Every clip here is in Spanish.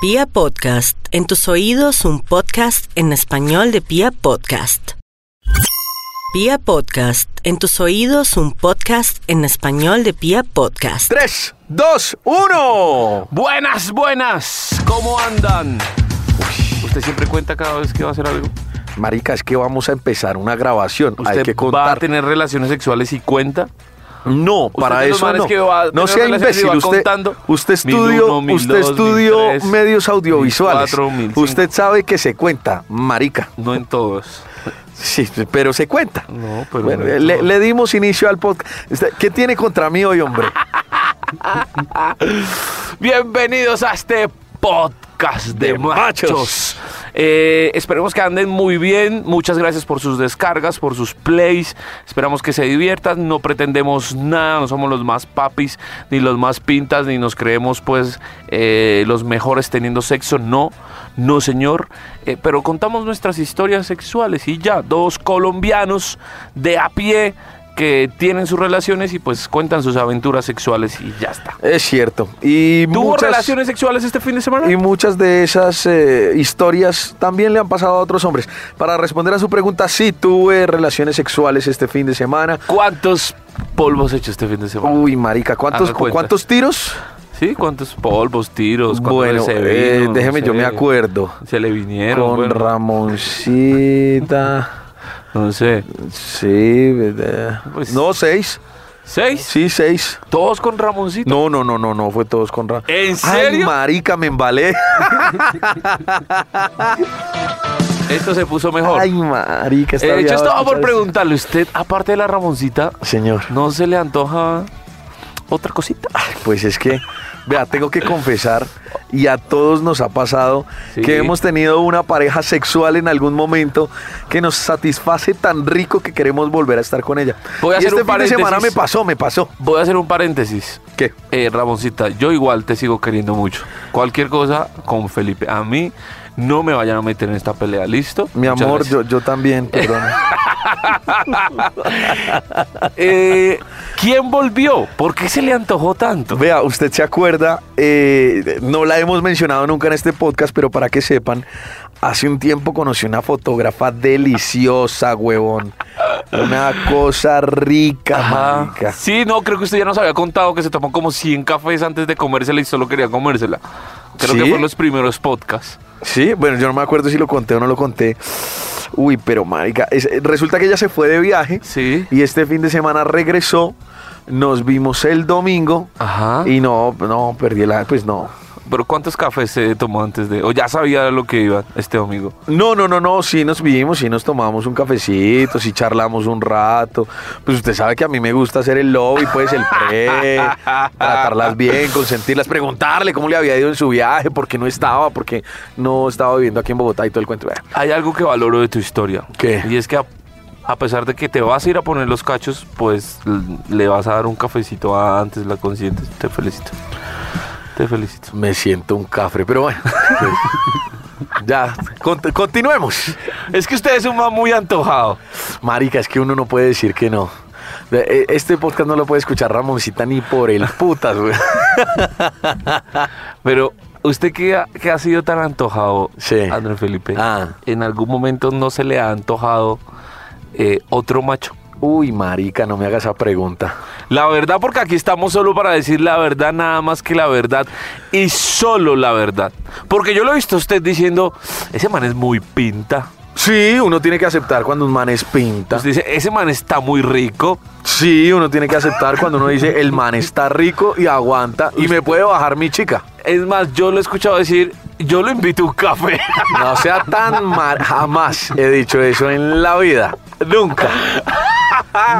Pia Podcast, en tus oídos un podcast en español de Pia Podcast. Pia Podcast, en tus oídos un podcast en español de Pia Podcast. 3, 2, 1. Buenas, buenas. ¿Cómo andan? ¿Usted siempre cuenta cada vez que va a hacer algo? Marica, es que vamos a empezar una grabación. ¿Usted Hay que va a contar. tener relaciones sexuales y cuenta? No, para de los eso manes no. que va a no tener sea relaciones y imbécil. va Usted, contando. usted Mil estudió, uno, mil usted dos, mil estudió tres, medios audiovisuales. mil cuatro, mil cinco. usted sabe que se cuenta, marica. No en todos. Sí, pero se cuenta. No, pero Bueno, no en le, todos. le dimos inicio al podcast. Este, ¿Qué tiene contra mí hoy, hombre? Bienvenidos a este podcast de, De machos. machos. Eh, esperemos que anden muy bien. Muchas gracias por sus descargas, por sus plays. Esperamos que se diviertan. No pretendemos nada, no somos los más papis, ni los más pintas, ni nos creemos pues eh, los mejores teniendo sexo. No, no señor. Eh, pero contamos nuestras historias sexuales y ya, dos colombianos de a pie que tienen sus relaciones y pues cuentan sus aventuras sexuales y ya está. Es cierto. Y ¿Tuvo muchas, relaciones sexuales este fin de semana? Y muchas de esas eh, historias también le han pasado a otros hombres. Para responder a su pregunta, sí tuve relaciones sexuales este fin de semana. ¿Cuántos polvos hecho este fin de semana? Uy, marica, ¿cuántos, Haga cuenta. ¿cuántos tiros? ¿Sí? ¿Cuántos polvos, tiros? ¿Cuántos Bueno, pues, se eh, vino? No déjeme, yo sé. me acuerdo. Se le vinieron. Con bueno, Ramoncita. no sé. Sí, ¿verdad? Pues- No, seis. ¿Seis? Sí, seis. ¿Todos con Ramoncito? No, no, no, no, no, fue todos con Ramón. ¿En Ay, serio? marica, me embalé. Esto se puso mejor. Ay, marica, está Eh, yo viado, estaba por escucha preguntarle, ¿usted, aparte de la Ramoncita, esto. Señor, no se le antoja otra cosita? pues es que, vea, tengo que confesar, y a todos nos ha pasado, Sí. que hemos tenido una pareja sexual en algún momento que nos satisface tan rico que queremos volver a estar con ella. Voy a y hacer este un fin de semana me paréntesis. pasó, me pasó. Voy a hacer un paréntesis. ¿Qué? Eh, Ramoncita, yo igual te sigo queriendo mucho. Cualquier cosa con Felipe. A mí no me vayan a meter en esta pelea, ¿listo? Mi Muchas amor, gracias. yo, yo también, perdón. Eh, ¿Quién volvió? ¿Por qué se le antojó tanto? Vea, usted se acuerda, eh, no la hemos mencionado nunca en este podcast, pero para que sepan, hace un tiempo conocí una fotógrafa deliciosa, huevón. Una cosa rica, Ajá. marica. Sí, no, creo que usted ya nos había contado que se tomó como 100 cafés antes de comérsela y solo quería comérsela. Creo que ¿Sí? fue los primeros podcasts. Sí, bueno, yo no me acuerdo si lo conté o no lo conté. Uy, pero marica, es- eh, resulta que ella se fue de viaje Sí. y este fin de semana regresó. Nos vimos el domingo Ajá. y no, no, perdí la, pues no, ¿Pero cuántos cafés se tomó antes de...? O ya sabía lo que iba este domingo. No, no, no, no, sí nos vimos, sí nos tomamos un cafecito, sí charlamos un rato. Pues usted sabe que a mí me gusta hacer el lobby, pues el pre, tratarlas bien, consentirlas, preguntarle cómo le había ido en su viaje, por qué no estaba, por qué no estaba viviendo aquí en Bogotá y todo el cuento. Vea, Hay algo que valoro de tu historia. ¿Qué? Y es que a, a pesar de que te vas a ir a poner los cachos, pues l- le vas a dar un cafecito antes, la consientes. Te felicito. Te felicito. Me siento un cafre, pero bueno. ya, cont- continuemos. Es que usted es un man muy antojado. Marica, es que uno no puede decir que no. Eh, Este podcast no lo puede escuchar Ramoncita ni por el putas, güey. Pero usted que ha, que ha sido tan antojado, Sí. André Felipe, Ah. ¿en algún momento no se le ha antojado eh, otro macho? Uy, marica, no me haga esa pregunta. La verdad, porque aquí estamos solo para decir la verdad, nada más que la verdad y solo la verdad. Porque yo lo he visto a usted diciendo, ese man es muy pinta. Sí, uno tiene que aceptar cuando un man es pinta. Usted dice, ese man está muy rico. Sí, uno tiene que aceptar cuando uno dice el man está rico y aguanta y me puede bajar mi chica. Es más, yo lo he escuchado decir, yo lo invito a un café. No sea tan mal, jamás he dicho eso en la vida. Nunca.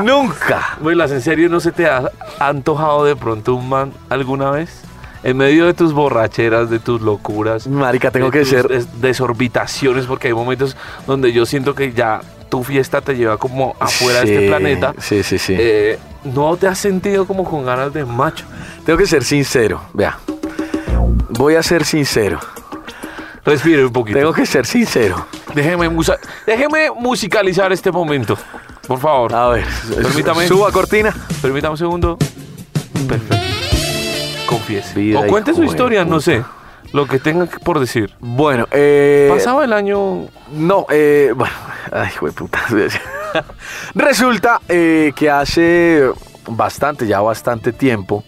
Nunca. Muelas, ¿en serio no se te ha antojado de pronto un man alguna vez? En medio de tus borracheras, de tus locuras. Marica, tengo de que tus ser- des- desorbitaciones, porque hay momentos donde yo siento que ya tu fiesta te lleva como afuera de este Sí, planeta. sí, sí, sí. Eh, ¿No te has sentido como con ganas de macho? Tengo que ser sincero, vea. Voy a ser sincero. Respire un poquito. Tengo que ser sincero. Déjeme, musa- Déjeme musicalizar este momento, por favor. A ver, Permítame. Suba cortina. Permítame un segundo. Perfecto. Confiese. Vida o cuente su hijo de historia, no puta. sé. Lo que tengan que- por decir. Bueno, eh. Pasaba el año. No, eh, bueno, ay, güey, puta. Resulta eh, que hace bastante, ya bastante tiempo,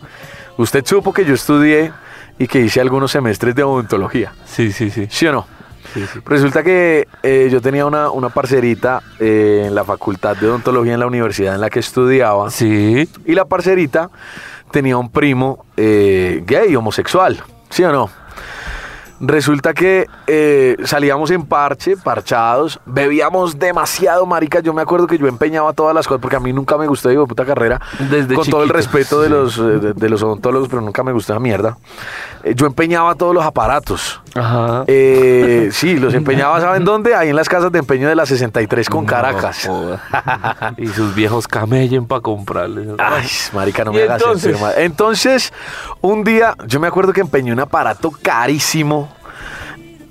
usted supo que yo estudié y que hice algunos semestres de odontología, Sí, sí, sí. ¿sí o no? sí, sí. Resulta que eh, yo tenía una, una parcerita eh, en la facultad de odontología en la universidad en la que estudiaba Sí. y la parcerita tenía un primo eh, gay, homosexual, ¿sí o no? Resulta que eh, salíamos en parche, parchados, bebíamos demasiado, marica. Yo me acuerdo que yo empeñaba todas las cosas, porque a mí nunca me gustó, digo, puta carrera. Desde Con todo el chiquito, respeto de, sí. los, eh, de, de los odontólogos, pero nunca me gustó esa mierda. Eh, yo empeñaba todos los aparatos. Ajá. Eh, sí, los empeñaba, ¿saben dónde? Ahí en las casas de empeño de la 63 con Caracas. No joda. y sus viejos camellen para comprarles. Ay, marica, no Y me hagas entonces- sentir mal. Entonces, un día, yo me acuerdo que empeñé un aparato carísimo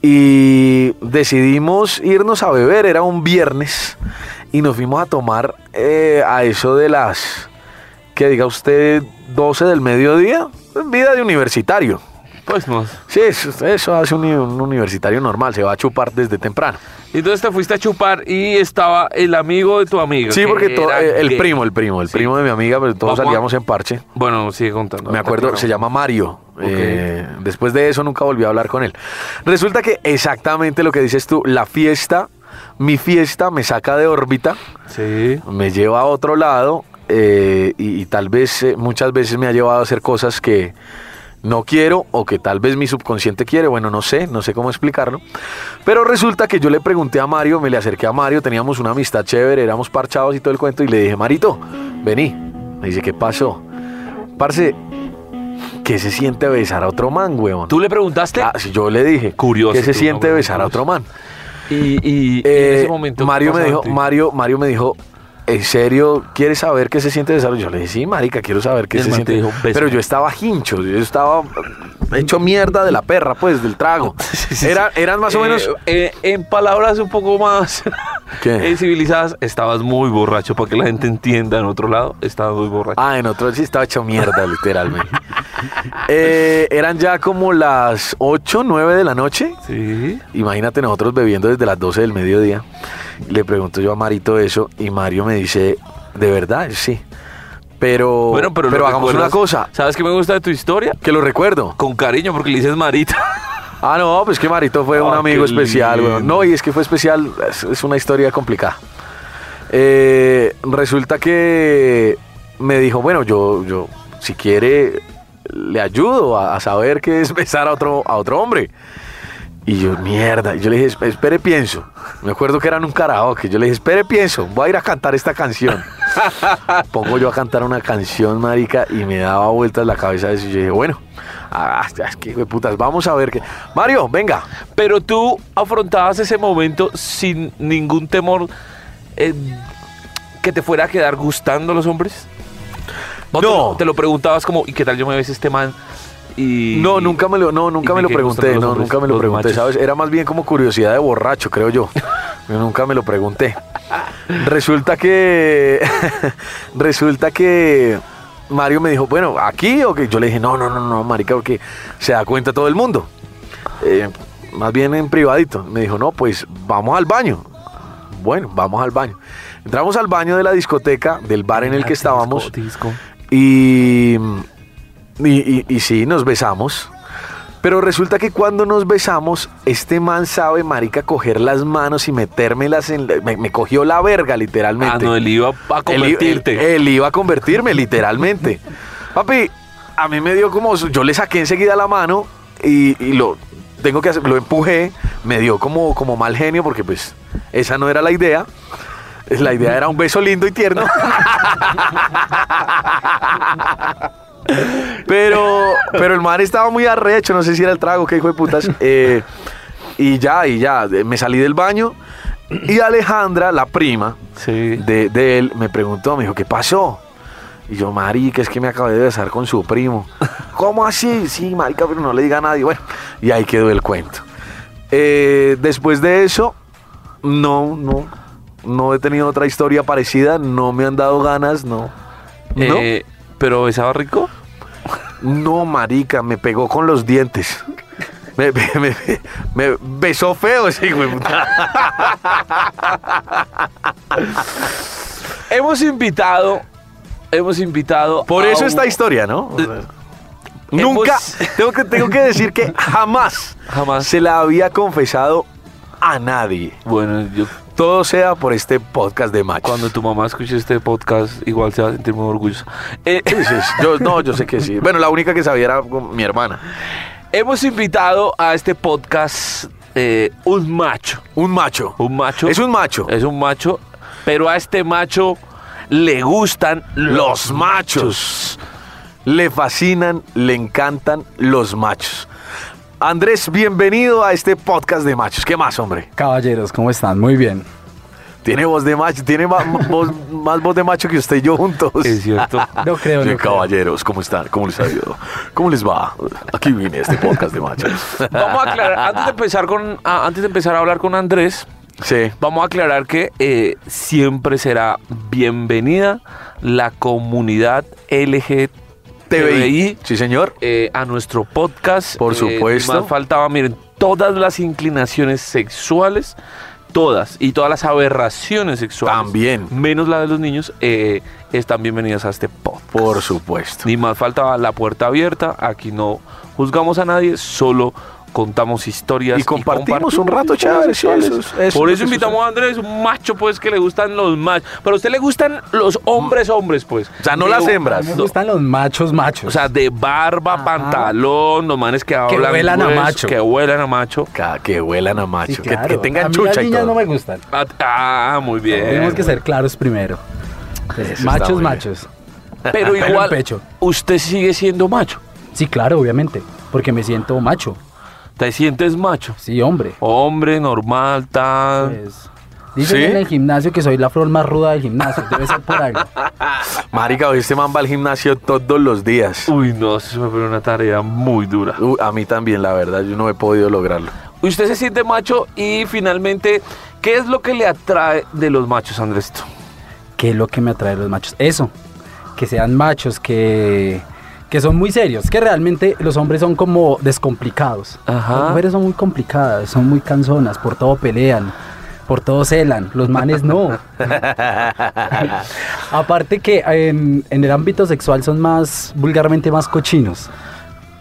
y decidimos irnos a beber, era un viernes, y nos fuimos a tomar eh, a eso de las, que diga usted, 12 del mediodía, vida de universitario. Pues no. Sí, eso, eso hace un, un universitario normal, se va a chupar desde temprano. Entonces te fuiste a chupar y estaba el amigo de tu amiga. Sí, que porque to- era eh, el gay. primo, el primo, el Sí. primo de mi amiga, pero todos Vamos a- salíamos en parche. Bueno, sigue contando. Me acuerdo, se llama Mario. Ok. Eh, después de eso nunca volví a hablar con él. Resulta que exactamente lo que dices tú, la fiesta, mi fiesta me saca de órbita, Sí. me lleva a otro lado eh, y, y tal vez eh, muchas veces me ha llevado a hacer cosas que no quiero o que tal vez mi subconsciente quiere, bueno, no sé, no sé cómo explicarlo. Pero resulta que yo le pregunté a Mario, me le acerqué a Mario, teníamos una amistad chévere, éramos parchados y todo el cuento y le dije, Marito, vení. Me dice, ¿qué pasó? Parce, ¿qué se siente besar a otro man, huevón? ¿Tú le preguntaste? Ah, sí, yo le dije, Curioso, ¿qué se tú, siente una besar a curiosa. otro man? y, y- y Eh, en ese momento. ¿qué Mario me pasaba dijo, en ti? Mario, Mario me dijo, ¿en serio quieres saber qué se siente besar? Yo le dije, sí, marica, quiero saber qué Y el se man te siente. dijo, "Bésame". Pero yo estaba hincho, yo estaba hecho mierda de la perra, pues, del trago. Sí, sí, Era- sí. eran más Eh, o menos. eh, en palabras un poco más ¿Qué? eh, civilizadas, estabas muy borracho. Para que la gente entienda en otro lado, estabas muy borracho. Ah, en otro sí estaba hecho mierda, literalmente. Eh, eran ya como las 8, 9 de la noche. Sí. Imagínate nosotros bebiendo desde las 12 del mediodía. Le pregunto yo a Marito eso y Mario me dice, ¿de verdad? Sí. Oh, Pero, Bueno, pero, lo hagamos una recuerdas. cosa, ¿Sabes qué me gusta de tu historia? que lo recuerdo. Con cariño, porque le dices Marita. Ah, no, pues que Marito fue un Ah, amigo qué especial, lindo. weón. No, y es que fue especial, es, es una historia complicada. Eh, resulta que me dijo, bueno, yo, yo, si quiere, le ayudo a, a saber qué es besar a otro, a otro hombre. Y yo, mierda, Y yo le dije, "Esp- espere, pienso. Me acuerdo que eran un karaoke. Yo le dije, espere, pienso, voy a ir a cantar esta canción. Pongo yo a cantar una canción, marica, y me daba vueltas la cabeza de eso. Y yo dije, bueno, ah, es que, hijo de putas, vamos a ver qué. Mario, venga. Pero tú afrontabas ese momento sin ningún temor eh, que te fuera a quedar gustando a los hombres. te No. lo- Te, lo preguntabas como, ¿y qué tal yo me ves este man? Y, No, nunca me lo, no, nunca y me lo que gustan pregunté, los no, hombres, nunca me lo los pregunté, machos. ¿sabes? Era más bien como curiosidad de borracho, creo yo. Yo nunca me lo pregunté. Resulta que, resulta que Mario me dijo, bueno, ¿aquí o qué? Yo le dije, no, no, no, no, marica, porque se da cuenta todo el mundo. Eh, más bien en privadito. Me dijo, no, pues vamos al baño. Bueno, vamos al baño. Entramos al baño de la discoteca, del bar en el que estábamos. Disco, disco. Y, y, y- y sí, nos besamos. Pero resulta que cuando nos besamos, este man sabe, marica, coger las manos y metérmelas en... la- me, me cogió la verga, literalmente. Ah, no, él iba eh, Él a i- convertirte. Él, él iba a convertirme, literalmente. Papi, a mí me dio como... Yo le saqué enseguida la mano y, y lo... Tengo que hacer, lo empujé, me dio como, como mal genio porque pues esa no era la idea. La idea era un beso lindo y tierno. Pero, pero el man estaba muy arrecho, no sé si era el trago, qué hijo de putas. Eh, y ya, y ya, eh, me salí del baño. Y Alejandra, la prima sí. de, de él, me preguntó, me dijo, ¿qué pasó? Y yo, marica, es que me acabé de besar con su primo. ¿Cómo así? Sí, marica, pero no le diga a nadie. Bueno, y ahí quedó el cuento. Eh, después de eso, no, no, no he tenido otra historia parecida, no me han dado ganas, no. No. Eh, ¿Pero besaba rico? No, marica, me pegó con los dientes. Me, me- me- me besó feo ese hijo de puta. Hemos invitado, hemos invitado. Por a eso un- esta historia, ¿no? O Eh, sea, Hemos- Nunca, tengo que, tengo que decir que jamás, Jamás. se la había confesado a nadie. Bueno, yo Todo sea por este podcast de machos. cuando tu mamá escuche este podcast, igual se va a sentir muy orgullosa. Eh, Sí, sí, sí. Yo, no, yo sé que sí. Bueno, la única que sabía era con mi hermana. hemos invitado a este podcast eh, un macho. Un macho. Un macho. Es un macho. Es un macho, pero a este macho le gustan Los machos. Le fascinan, le encantan los machos. Andrés, bienvenido a este podcast de machos. ¿Qué más, hombre? Caballeros, ¿cómo están? Muy bien. Tiene voz de macho, tiene ma- voz- más voz de macho que usted y yo juntos. Es cierto. No creo, Sí, no creo. caballeros, ¿cómo están? ¿Cómo les ha ido? ¿Cómo les va? Aquí vine a este podcast de machos. Vamos a aclarar, antes de empezar con, a- antes de empezar a hablar con Andrés, Sí. vamos a aclarar que eh, siempre será bienvenida la comunidad LGTBI Sí, señor. eh, a nuestro podcast. Por Eh, supuesto. más faltaba, miren, todas las inclinaciones sexuales, todas, y todas las aberraciones sexuales. También. Menos la de los niños, eh, están bienvenidas a este podcast. Por supuesto. Ni más faltaba la puerta abierta. Aquí no juzgamos a nadie, solo contamos historias. Y compartimos un rato chévere, sí, historias. eso es- eso es Por lo eso que invitamos a Andrés, un macho, pues, que le gustan los machos. Pero a usted le gustan los hombres, hombres, pues. O sea, no De- las A hembras. mí Me gustan los machos, machos. O sea, de barba, pantalón, los manes que hablan. huelan a grueso, macho. Que huelan a macho. Ca- Que huelan a Sí, macho, que- claro. que, tengan a mí chucha Las y niñas todo. no me gustan. Ah, Ah, muy bien. Tenemos que ser claros primero. está muy machos, bien. machos. Pero en igual, pecho. usted sigue siendo macho. Sí, claro, obviamente. Porque me siento macho. Te sientes macho. Sí, hombre. Hombre, normal, tal. Pues, dicen Ah. ¿Sí? en el gimnasio que soy la flor más ruda del gimnasio. Debe ser por algo. Marica, este man va al gimnasio todos los días. Uy, no, eso me fue una tarea muy dura. Uh, a mí también, la verdad, yo no he podido lograrlo. Usted se siente macho y finalmente, ¿qué es lo que le atrae de los machos, Andrés? ¿Qué es lo que me atrae de los machos? Eso. Que sean machos, que, que son muy serios. Que realmente los hombres son como descomplicados. Ajá. Las mujeres son muy complicadas, son muy canzonas. Por todo pelean, por todo celan. Los manes no. Aparte que en, en el ámbito sexual son más, vulgarmente más cochinos.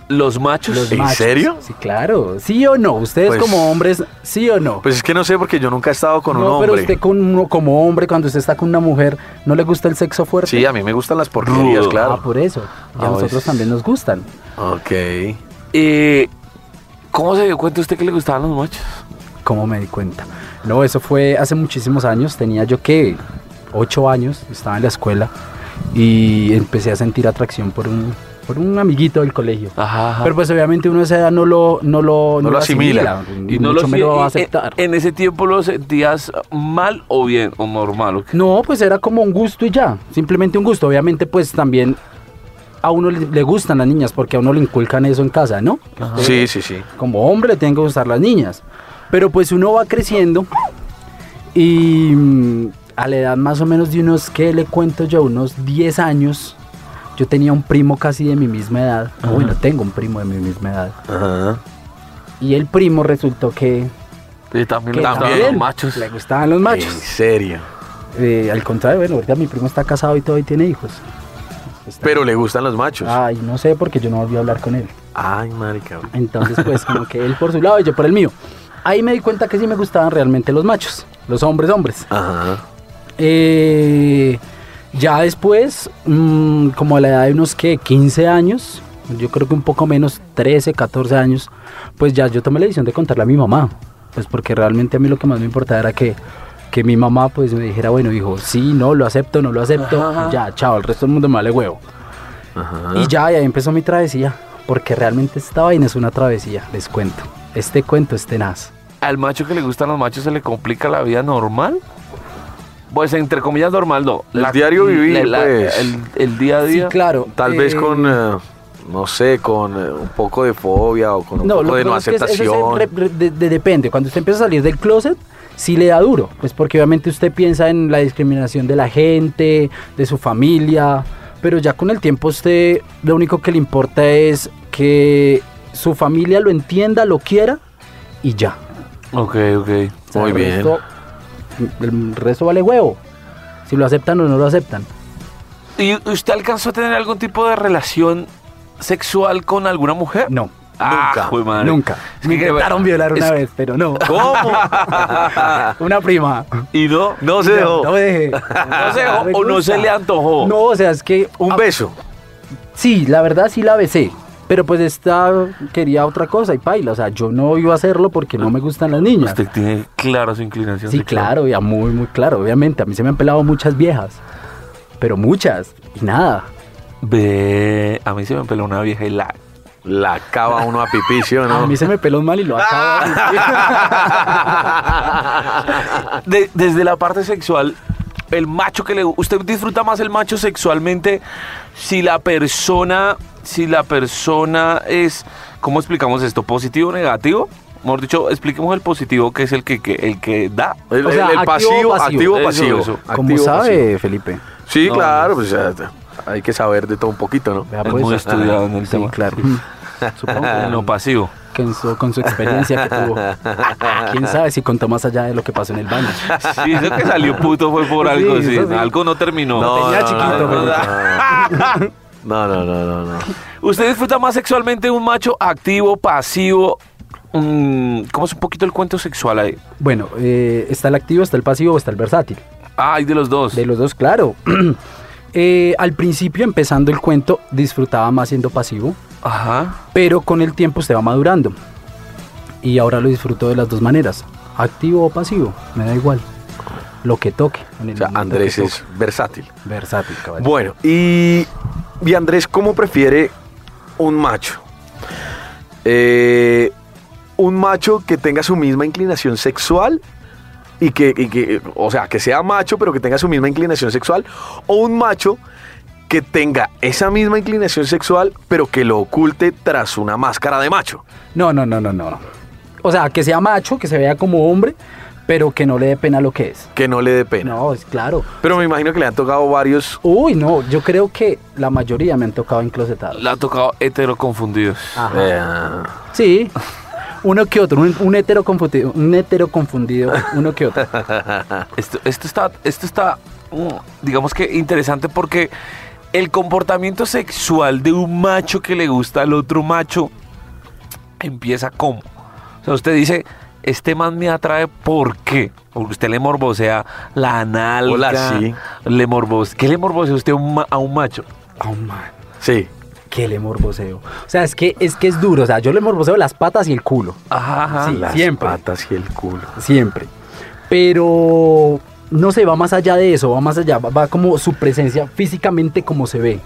Los machos. Los ¿En machos. serio? Sí, claro. ¿Sí o no? Ustedes Pues- como hombres, ¿sí o no? Pues es que no sé, porque yo nunca he estado con un no, hombre. pero usted con uno- como hombre, cuando usted está con una mujer, ¿no le gusta el sexo fuerte? Sí, a mí me gustan las porquerías, Rudo. Ah, claro. por eso. Y a, Ah, nosotros pues. también nos gustan. Ok. Eh, ¿Cómo se dio cuenta usted que le gustaban los machos? ¿Cómo me di cuenta? No, eso fue hace muchísimos años. Tenía yo que ocho años, estaba en la escuela y empecé a sentir atracción por un, por un amiguito del colegio. Ajá. Pero pues obviamente uno a esa edad no lo, no lo, No lo asimila. y eh, no mucho los- menos lo va a en- aceptar. En, ese tiempo lo sentías mal o bien o normal. ¿o qué? No, pues era como un gusto y ya. Simplemente un gusto. Obviamente, pues también a uno le, le gustan las niñas porque a uno le inculcan eso en casa, ¿no? Sí, sí, sí. como hombre le tienen que gustar las niñas. Pero pues uno va creciendo y mm, a la edad más o menos de unos, ¿qué le cuento yo? Unos 10 años. Yo tenía un primo casi de mi misma edad. o Bueno, tengo un primo de mi misma edad. Ajá. Y el primo resultó que, Eh, también que le gustaban también. los machos. le gustaban los En machos. serio. Eh, al contrario, bueno, ahorita mi primo está casado y todo y tiene hijos. Está- Pero le gustan los machos. Ay, no sé porque yo no volví a hablar con él. Ay, marica. Entonces, pues, como que él por su lado y yo por el mío. Ahí me di cuenta que sí me gustaban realmente los machos, los hombres, hombres. Ajá. Eh, ya después, mm, como a la edad de unos que 15 años, yo creo que un poco menos, 13, 14 años, pues ya yo tomé la decisión de contarle a mi mamá. Pues porque realmente a mí lo que más me importaba era que, que mi mamá pues me dijera, bueno, hijo, sí, no, lo acepto, no lo acepto, ya, chao, el resto del mundo me vale huevo. Ajá. Y ya, y ahí empezó mi travesía, porque realmente esta vaina es una travesía, les cuento. Este cuento es tenaz. Al macho que le gustan los machos se le complica la vida normal. Pues entre comillas normal, no. El diario vivir, pues. el, el día a Sí, día. claro. Tal vez eh, con, eh, no sé, con eh, un poco de fobia o con un No, poco lo de que no pasa es que eso- aceptación. eso se re- re- de- de- depende. Cuando usted empieza a salir del closet, sí le da duro. Pues porque obviamente usted piensa en la discriminación de la gente, de su familia. Pero ya con el tiempo usted lo único que le importa es que su familia lo entienda, lo quiera y ya. Ok, ok. O sea, Muy el bien. resto- el resto vale huevo. Si lo aceptan o no lo aceptan. ¿Y usted alcanzó a tener algún tipo de relación sexual con alguna mujer? No. Ah, Nunca, jue madre. Nunca. Es que- Me intentaron violar una es- vez, pero no. ¿Cómo? Una prima. ¿Y no? No se dejó. No dejé. ¿No se dejó o no se le antojó? No, o sea, es que. Un ah, beso. Sí, la verdad sí la besé. Pero pues esta quería otra cosa y paila. O sea, yo no iba a hacerlo porque no me gustan las niñas. Usted tiene clara su inclinación Sí, sexual. claro, ya muy, muy claro. Obviamente, a mí se me han pelado muchas viejas. Pero muchas. Y nada. Ve, a mí se me peló una vieja y la... La acaba uno a pipicio, A ¿no? mí se me peló un mal y lo acabo. ah, De- desde la parte sexual, el macho que le... ¿Usted disfruta más el macho sexualmente si la persona... Si la persona es... ¿Cómo explicamos esto? ¿Positivo o negativo? Mejor dicho, expliquemos el positivo que es el que, que- el que da. El, O sea, el- el activo, pasivo, pasivo. activo, Eso, pasivo. eso. Como Activo, sabe, pasivo. Felipe. Sí, No, claro, no, pues ya, hay que saber de todo un poquito, ¿no? Vea, Es pues. muy estudiado en el Sí, tema. claro. En Supongo lo pasivo. que en su- con su experiencia que tuvo. Quién sabe si contó más allá de lo que pasó en el baño. Sí, eso que salió puto fue por Sí, algo, sí. eso sí. Algo no terminó. tenía chiquito, no, pero- no, no, no, no, no. ¿Usted disfruta más sexualmente un macho activo, pasivo? Mm, ¿Cómo es un poquito el cuento sexual ahí? Bueno, eh, está el activo, está el pasivo, está el versátil. Ah, hay de los dos. De los dos, claro. Eh, al principio, empezando el cuento, disfrutaba más siendo pasivo, Ajá. pero con el tiempo se va madurando. Y ahora lo disfruto de las dos maneras, activo o pasivo, me da igual. Lo que toque. en el O sea, momento Andrés que es versátil. toque. Versátil, caballero. Bueno, y, y Andrés, ¿cómo prefiere un macho? Eh, un macho que tenga su misma inclinación sexual y que, y que, o sea, que sea macho, pero que tenga su misma inclinación sexual, o un macho que tenga esa misma inclinación sexual, pero que lo oculte tras una máscara de macho. No, no, no, no, no. no. O sea, que sea macho, que se vea como hombre, pero que no le dé pena lo que es. Que no le dé pena. No, es claro. Pero me imagino que le han tocado varios. Uy, no, yo creo que la mayoría me han tocado enclosetados. La ha tocado hetero confundidos. Ajá. Eh, Sí. Uno que otro, un, un hetero confundido, un hetero confundido, uno que otro. Ah. Esto, esto está, esto está, mm, digamos que interesante porque el comportamiento sexual de un macho que le gusta al otro macho empieza como. O sea, usted dice, este man me atrae porque. Porque usted le morbosea la nalga. Hola, sí. Le morbose. ¿Qué le morbosea usted a un ma- a un macho? Oh, man, sí. que le morboseo. O sea, es que es que es duro, o sea, yo le morboseo las patas y el culo, Ajá, ajá. Sí. Las Ah, siempre. patas y el culo. siempre. Pero no sé, va más allá de eso, va más allá, va, va como su presencia físicamente como se ve.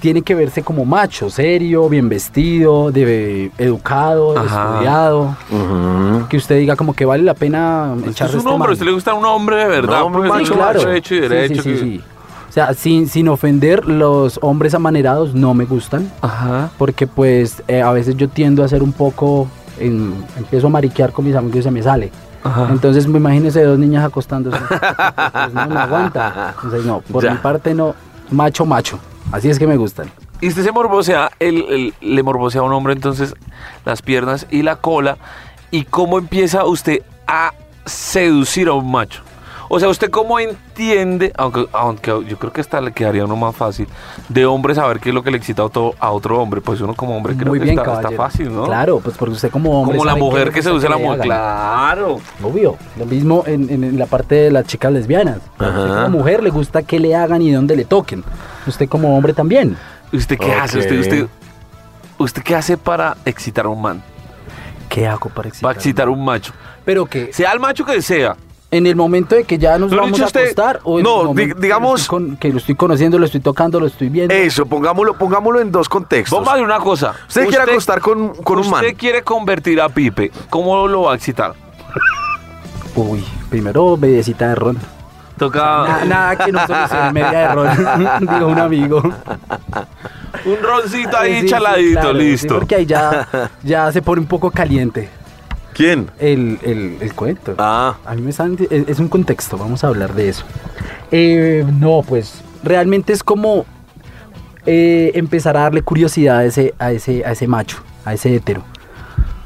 Tiene que verse como macho, serio, bien vestido, de, educado, Ajá. estudiado. Ujú. Que usted diga como que vale la pena Usted es echarle un este hombre, man. a usted le gusta un hombre de verdad. No, hombre pues, macho, un macho claro. hecho y Sí, derecho. sí, que- sí, sí. O sea, sin, sin ofender, los hombres amanerados no me gustan. Ajá. Porque pues eh, a veces yo tiendo a ser un poco... en- empiezo a mariquear con mis amigos y se me sale. Ajá. Entonces me imagínese dos niñas acostándose. Pues, no me aguanta. Entonces no, por Ya. mi parte no. Macho, macho. Así es que me gustan. Y usted se morbosea, el- el- le morbosea a un hombre entonces las piernas y la cola. ¿Y cómo empieza usted a seducir a un macho? O sea, ¿usted cómo entiende, aunque, aunque yo creo que hasta le quedaría uno más fácil, de hombre saber qué es lo que le excita a otro, a otro hombre? Pues uno como hombre creo Muy que bien, está, está caballero. fácil, ¿no? Claro, pues porque usted como hombre... Como la sabe qué mujer le que gusta seduce a la le mujer. hagan. Claro. Obvio, lo mismo en, en- en la parte de las chicas lesbianas. A usted Ajá. como mujer le gusta que le hagan y dónde le toquen. Usted como hombre también. ¿Usted qué hace? Ok. ¿Usted, usted, ¿Usted qué hace para excitar a un man? ¿Qué hago para excitar? Para excitar a un macho. Pero que Sea el macho que sea. en el momento de que ya nos Lo vamos dicho a usted, acostar o en no, el momento di- que lo digamos- Eh. estoy con- que lo estoy conociendo, lo estoy tocando, lo estoy viendo. Eso, pongámoslo, pongámoslo en dos contextos. Vamos a ver una cosa. Usted, quiere acostar con, con un man. Usted quiere convertir a Pipe. ¿Cómo lo va a excitar? Uy, primero medicita de ron. Na- Ah. Toca nada que no solucione media de ron, digo un amigo. un roncito Sí, ahí sí, chaladito, claro, sí, listo. porque ahí ya, ya se pone un poco caliente ¿Quién? el, el, el cuento. Ah, A mí me están... Es, es un contexto, vamos a hablar de eso. Eh, no, pues realmente es como eh, empezar a darle curiosidad a ese, a ese, a ese macho, a ese hetero.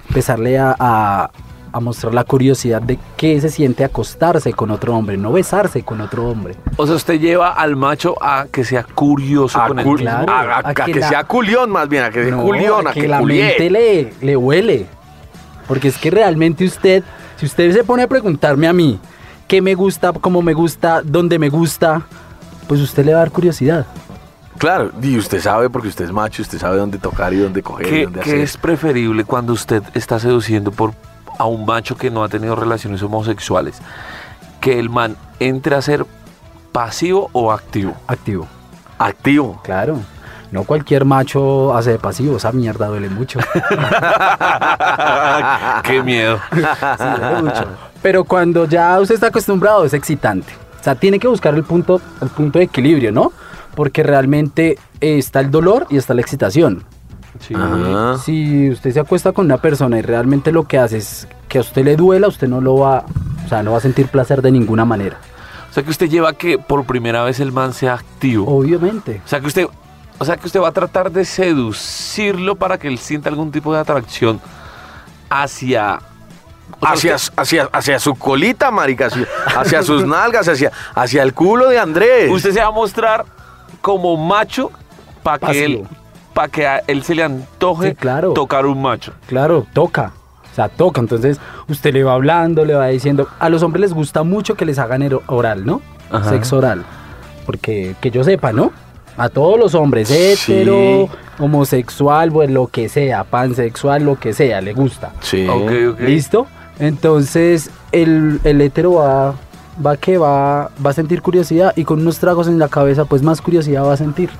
Empezarle a, a- a mostrar la curiosidad de qué se siente acostarse con otro hombre, no besarse con otro hombre. O sea, usted lleva al macho a que sea curioso A, con el cul- mismo. Claro. a- a- a a que, que la- sea culión más bien, a que sea No, culión, a que, que, la culié. mente le, le huele. Porque es que realmente usted, si usted se pone a preguntarme a mí qué me gusta, cómo me gusta, dónde me gusta, pues usted le va a dar curiosidad. Claro, y usted sabe porque usted es macho, usted sabe dónde tocar y dónde coger y ¿Qué, dónde qué hacer. es preferible cuando usted está seduciendo por a un macho que no ha tenido relaciones homosexuales? ¿Que el man entre a ser pasivo o activo? Activo. Activo. Claro. No cualquier macho hace de pasivo, esa mierda duele mucho. ¡Qué miedo! Sí, duele mucho. Pero cuando ya usted está acostumbrado es excitante. O sea, tiene que buscar el punto, el punto de equilibrio, ¿no? Porque realmente eh, está el dolor y está la excitación. Ajá. Si usted se acuesta con una persona y realmente lo que hace es que a usted le duela, usted no lo va, o sea, no va a sentir placer de ninguna manera. O sea, que usted lleva que por primera vez el man sea activo. Oh. Obviamente. O sea, que usted, o sea, que usted va a tratar de seducirlo para que él sienta algún tipo de atracción hacia... o sea, Hacia, usted- hacia, hacia su colita, marica, hacia, hacia sus nalgas, hacia, hacia el culo de Andrés. Usted se va a mostrar como macho para que Pasivo. él para que a él se le antoje Sí, claro. tocar un macho. Claro, toca. O sea, toca. Entonces, usted le va hablando, le va diciendo. A los hombres les gusta mucho que les hagan ero- oral, ¿no? Ajá. Sexo oral. Porque que yo sepa, ¿no? A todos los hombres, Sí. hetero, homosexual, pues lo que sea, pansexual, lo que sea, le gusta. Sí. Ok, ok. ¿Listo? Entonces, el, el hétero va. Va que va, va a sentir curiosidad y con unos tragos en la cabeza, pues más curiosidad va a sentir.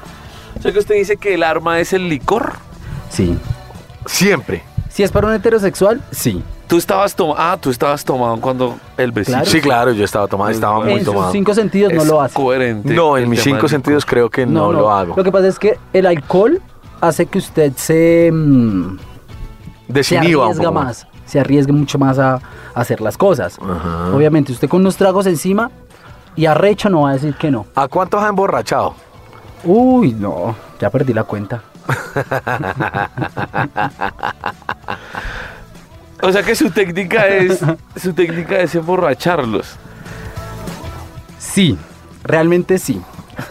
O sea que usted dice que el arma es el licor. Sí. Siempre. Si es para un heterosexual, sí. Tú estabas tomando, ah, tú estabas tomado cuando el vecino. Claro. Sí, claro, yo estaba tomado, estaba muy en sus tomado. cinco sentidos no Es lo hace. coherente No, el en mis tema cinco del sentidos licor. creo que no, lo hago. Lo que pasa es que el alcohol hace que usted se, mm, se Desinhiba un arriesga poco más, se arriesgue mucho más a, a hacer las cosas. Ajá. Obviamente, usted con unos tragos encima y arrecho no va a decir que no. ¿A cuántos ha emborrachado? Uy, no, ya perdí la cuenta. O sea que su técnica es su técnica es emborracharlos. Sí, realmente sí.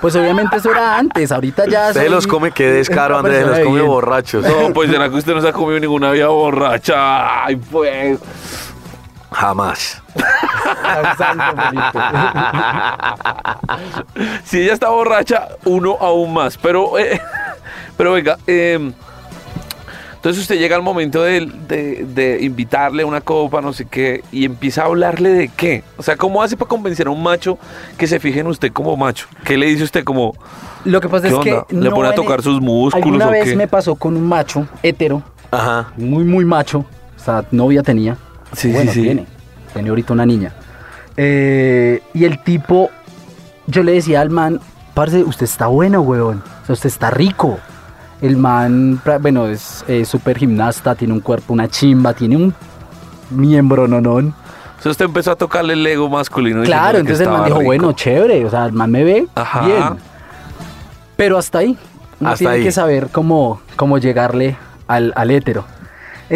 Pues obviamente eso era antes, ahorita ya Usted soy los come, qué descaro, una Andrés, persona los de come bien. borrachos. No, pues será que usted no se ha comido ninguna vía borracha. Ay, pues. Jamás. Santo Felipe. Si ella está borracha, uno aún más. Pero, eh, pero venga, eh, entonces usted llega al momento de, de- de invitarle una copa, no sé qué, y empieza a hablarle de qué. O sea, ¿cómo hace para convencer a un macho que se fije en usted como macho? ¿Qué le dice usted como... Lo que pasa ¿Qué es onda? que ¿Le pone a vale- tocar sus músculos Alguna o vez qué? me pasó con un macho hetero Ajá. muy, muy macho. O sea, novia tenía. Sí, bueno, sí, sí. tiene. Tiene ahorita una niña. Eh, y el tipo, yo le decía al man, parce, usted está bueno, weón. O sea, usted está rico. El man, pra- bueno, es eh, súper gimnasta, tiene un cuerpo, una chimba, tiene un miembro nonón. O sea, usted empezó a tocarle el ego masculino. diciéndole que Claro, entonces el man estaba dijo, rico. bueno, chévere, o sea, el man me ve Ajá. bien. Pero hasta ahí. Uno Hasta tiene ahí. que saber cómo, cómo llegarle al, al hétero.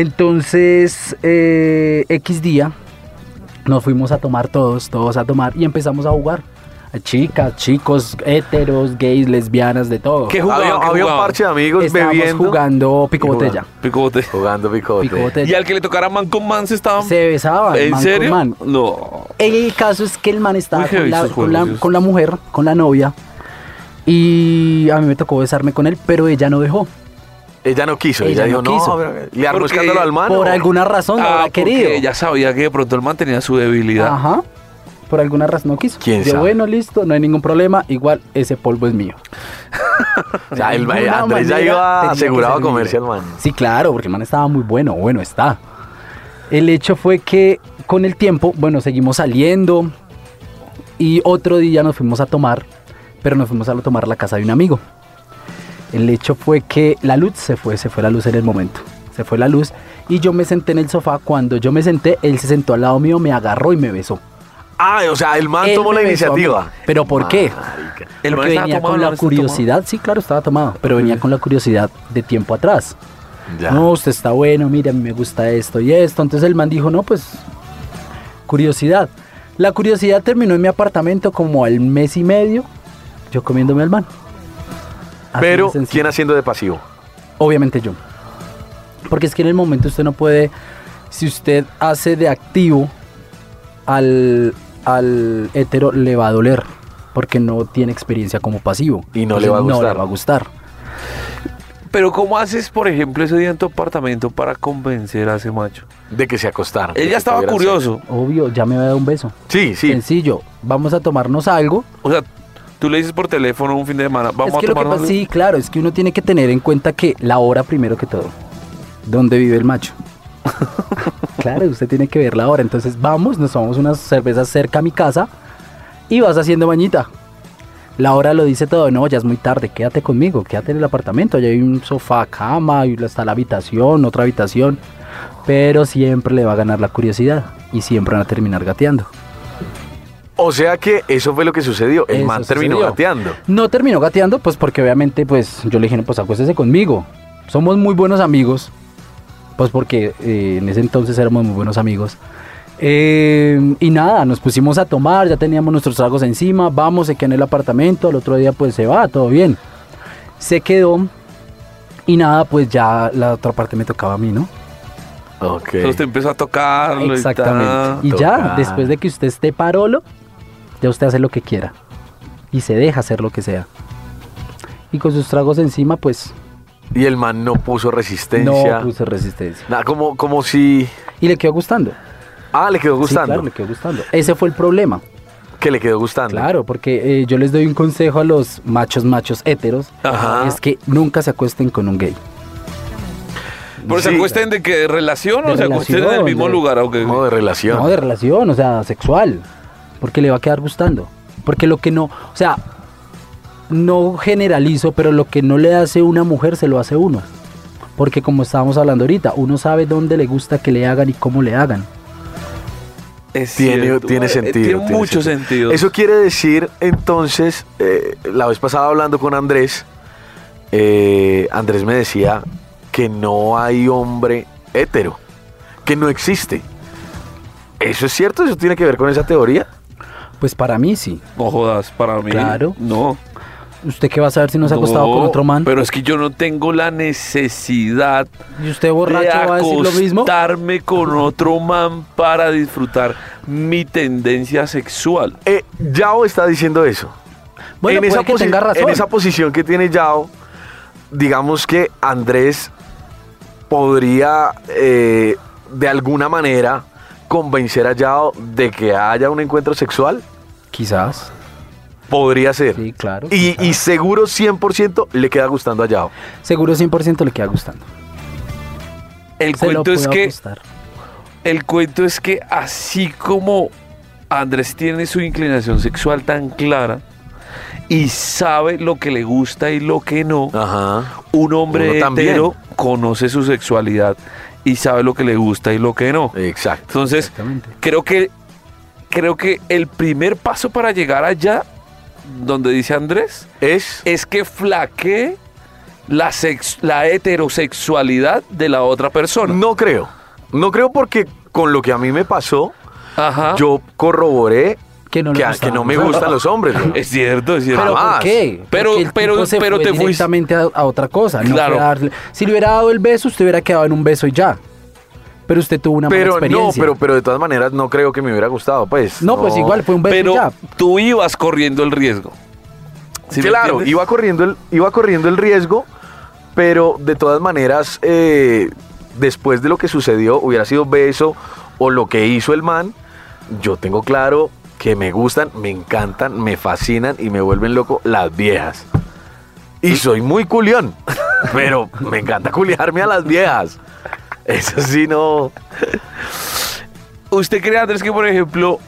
Entonces, eh, X día, nos fuimos a tomar todos, todos a tomar y empezamos a jugar. Chicas, chicos, héteros, gays, lesbianas, de todo. ¿Qué jugaban? Había, ¿Qué había un jugaban? parche de amigos Estábamos bebiendo. jugando pico y botella. Pico bote. Jugando picote. Pico botella. Y al que le tocara man con man se estaban... Se besaban. ¿En man con serio? man. No. El caso es que el man estaba Muy heavy con la, esos con la- juegos. con la mujer, con la novia, y a mí me tocó besarme con él, pero ella no dejó. Ella no quiso, Ella ella, dijo, no quiso. no, pero- le armó Porque- escándalo al mano. por alguna razón no Ah, habrá querido. porque ella sabía que de pronto el man tenía su debilidad. Ajá. Por alguna razón no quiso. ¿Quién Yo, sabe? bueno, listo, no hay ningún problema. Igual ese polvo es mío. O sea, el, De alguna Andrés ya manera tenía iba que asegurado a ser mío. comerse al man. Sí, claro, porque el man estaba muy bueno, bueno, está. El hecho fue que con el tiempo, bueno, seguimos saliendo y otro día nos fuimos a tomar, pero nos fuimos a lo tomar a la casa de un amigo. El hecho fue que la luz se fue, se fue la luz en el momento. Se fue la luz y yo me senté en el sofá. Cuando yo me senté, él se sentó al lado mío, me agarró y me besó. Ah, o sea, el man Él tomó la me besó a mí. iniciativa. ¿Pero por qué? El man Porque estaba venía tomado, con el la man estaba curiosidad, sí, claro, estaba tomado, pero venía con la curiosidad de tiempo atrás. Ya. No, usted está bueno, mira, a mí me gusta esto y esto. Entonces el man dijo, no, pues curiosidad. La curiosidad terminó en mi apartamento como al mes y medio, yo comiéndome al man. Así de Pero, sencillo. ¿quién haciendo de pasivo? Obviamente yo. Porque es que en el momento usted no puede, si usted hace de activo al, al hetero le va a doler, porque no tiene experiencia como pasivo. Y no le va a Entonces, gustar. No le va a gustar. Pero ¿cómo haces, por ejemplo, ese día en tu apartamento para convencer a ese macho? De que se acostaron. Él ya estaba curioso. Obvio, ya me va a dar un beso. Sí, sí. Sencillo, vamos a tomarnos algo. O sea, tú le dices por teléfono un fin de semana, vamos es que a lo que tomarnos pasa, sí, claro, es que uno tiene que tener en cuenta que la hora primero que todo. ¿Dónde vive el macho? claro, usted tiene que ver la hora. Entonces vamos, nos tomamos unas cervezas cerca a mi casa y vas haciendo bañita. La hora lo dice todo, no, ya es muy tarde, quédate conmigo, quédate en el apartamento, allá hay un sofá, cama, y está la habitación, otra habitación, pero siempre le va a ganar la curiosidad y siempre van a terminar gateando. O sea que eso fue lo que sucedió. El Eso man terminó sucedió. gateando. No terminó gateando, pues porque obviamente, pues yo le dije, no, pues acuéstese conmigo. Somos muy buenos amigos, pues porque eh, en ese entonces éramos muy buenos amigos. Eh, y nada, nos pusimos a tomar, ya teníamos nuestros tragos encima, vamos, se queda en el apartamento, al otro día pues se va, todo bien. Se quedó y nada, pues ya la otra parte me tocaba a mí, ¿no? Ok. Entonces te empezó a tocar. Exactamente. Y ya, tocar. después de que usted esté parolo, ya usted hace lo que quiera. Y se deja hacer lo que sea. Y con sus tragos encima, pues Y el man no puso resistencia. no puse resistencia. Nada, como, como si. Y le quedó gustando. Ah, le quedó Sí, gustando. claro, le quedó gustando. Ese fue el problema. Que le quedó gustando. Claro, porque eh, yo les doy un consejo a los machos, machos héteros. Ajá. Es que nunca se acuesten con un gay. ¿Pero se Sí. acuesten este de que relación o De se acuesten en el relación, mismo de- lugar? ¿o qué? No, de relación. No, de relación, o sea, sexual. Porque le va a quedar gustando. Porque lo que no, o sea, no generalizo, pero lo que no le hace una mujer se lo hace uno. Porque como estábamos hablando ahorita, uno sabe dónde le gusta que le hagan y cómo le hagan. Es Tiene, cierto, tiene eh, sentido. Tiene, tiene mucho sentido. Eso quiere decir, entonces, eh, la vez pasada hablando con Andrés, eh, Andrés me decía que no hay hombre hétero, que no existe. ¿Eso es cierto? ¿Eso tiene que ver con esa teoría? Pues para mí sí. No jodas, para mí. Claro. No. ¿Usted qué va a saber si no se ha acostado No, con otro man? Pero es que yo no tengo la necesidad ¿Y usted borracho de va a decir lo mismo? acostarme con otro man para disfrutar mi tendencia sexual. Eh, Yao está diciendo eso. Bueno, puede que posi- tenga razón. en esa posición que tiene Yao, digamos que Andrés podría eh, de alguna manera convencer a Yao de que haya un encuentro sexual. Quizás. Podría ser. Sí, claro. Y, quizás. y seguro 100% le queda gustando a Yao. Seguro 100% le queda gustando. El Se lo cuento es puedo que apostar. el cuento es que así como Andrés tiene su inclinación sexual tan clara y sabe lo que le gusta y lo que no, Ajá. un hombre Ah, Uno también. hetero conoce su sexualidad y sabe lo que le gusta y lo que no. Eh, Exacto. Entonces, Exactamente. creo que creo que el primer paso para llegar allá donde dice Andrés Es. es que flaquee la, sex- la heterosexualidad de la otra persona. No creo. No creo porque con lo que a mí me pasó, Ajá. yo corroboré Que Ah. no le que, a- gustaba. que no me gustan los hombres. ¿no? Es cierto, es cierto. Ah, ¿Pero por Jamás. qué? Pero- Porque el pero- tipo se pero fue te fuiste. directamente a, a otra cosa. no Claro. fue a darle- si le hubiera dado el beso, usted hubiera quedado en un beso y ya. Pero usted tuvo una Pero mala no, experiencia. pero, pero de todas maneras no creo que me hubiera gustado, pues. No, pues igual fue un beso Pero y ya. tú ibas corriendo el riesgo. ¿Sí me claro, entiendes? iba corriendo, el, iba corriendo el riesgo, pero de todas maneras, eh, después de lo que sucedió, hubiera sido beso o lo que hizo el man, yo tengo claro que me gustan, me encantan, me fascinan y me vuelven loco las viejas. Y soy muy culión, pero me encanta culiarme a las viejas. Eso sí, no. ¿Usted cree, Andrés, que por ejemplo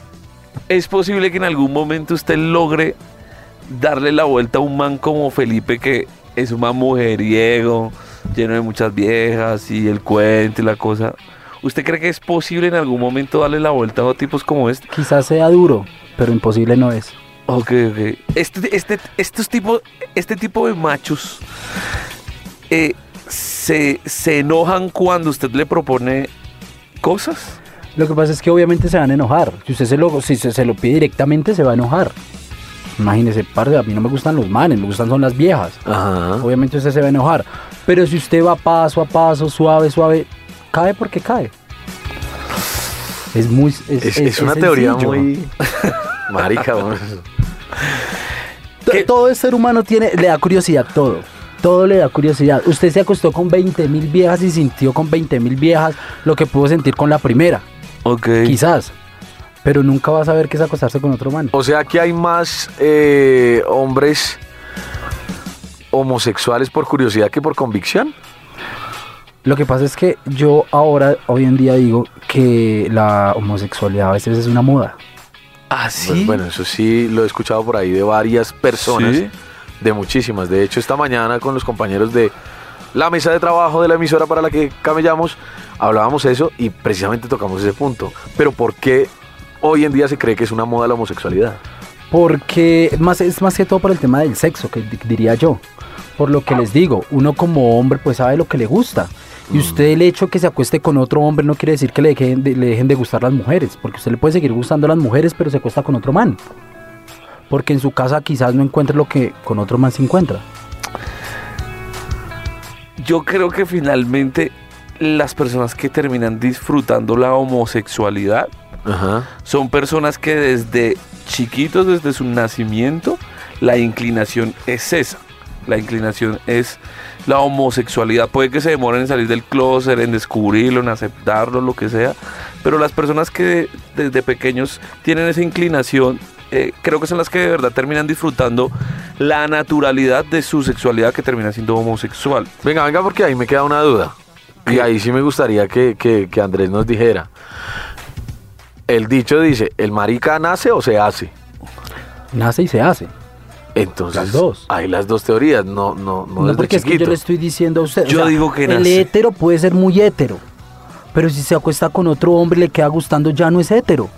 es posible que en algún momento usted logre darle la vuelta a un man como Felipe, que es un man mujeriego, lleno de muchas viejas y el cuento y la cosa? ¿Usted cree que es posible en algún momento darle la vuelta a tipos como este? Quizás sea duro, pero imposible no es. Ok, ok. Este, este, estos tipos, este tipo de machos eh, se, se enojan cuando usted le propone cosas. Lo que pasa es que obviamente se van a enojar. Si usted se lo, si se, se lo pide directamente, se va a enojar. Imagínese, parce, a mí no me gustan los manes, me gustan son las viejas. Ajá. Obviamente usted se va a enojar. Pero si usted va paso a paso, suave, suave, cae porque cae. Es muy. Es, Es, es- es una es teoría sencillo. muy. Marica, vamos. To- que- Todo el ser humano tiene, le da curiosidad todo. Todo le da curiosidad. Usted se acostó con 20 mil viejas y sintió con 20 mil viejas lo que pudo sentir con la primera, Ok. quizás. Pero nunca va a saber qué es acostarse con otro man. O sea que hay más eh, hombres homosexuales por curiosidad que por convicción. Lo que pasa es que yo ahora, hoy en día, digo que la homosexualidad a veces es una moda. ¿Ah, Pues sí? bueno, eso sí lo he escuchado por ahí de varias personas, Sí. de muchísimas. De hecho, esta mañana con los compañeros de la mesa de trabajo de la emisora para la que camellamos, hablábamos eso y precisamente tocamos ese punto. Pero ¿por qué hoy en día se cree que es una moda la homosexualidad? Porque más, es más que todo por el tema del sexo, que di- diría yo. Por lo que les digo, uno como hombre pues sabe lo que le gusta. Mm. Y usted el hecho que se acueste con otro hombre no quiere decir que le dejen de, le dejen de gustar las mujeres, porque usted le puede seguir gustando a las mujeres, pero se acuesta con otro man. Porque en su casa quizás no encuentre lo que con otro man se encuentra. Yo creo que finalmente las personas que terminan disfrutando la homosexualidad Ajá. son personas que desde chiquitos, desde su nacimiento, la inclinación es esa. La inclinación es la homosexualidad. Puede que se demoren en salir del closet, en descubrirlo, en aceptarlo, lo que sea. Pero las personas que desde pequeños tienen esa inclinación, eh, creo que son las que de verdad terminan disfrutando la naturalidad de su sexualidad que termina siendo homosexual. Venga, venga, porque ahí me queda una duda. Y ¿Qué? ahí sí me gustaría que, que- que Andrés nos dijera. El dicho dice, ¿el marica nace o se hace? Nace y se hace. Entonces, Las dos. hay las dos teorías, no, no, no, No, desde porque es que chiquito. yo le estoy diciendo a usted. Yo digo que el nace. hétero puede ser muy hétero, pero si se acuesta con otro hombre y le queda gustando ya no es hétero.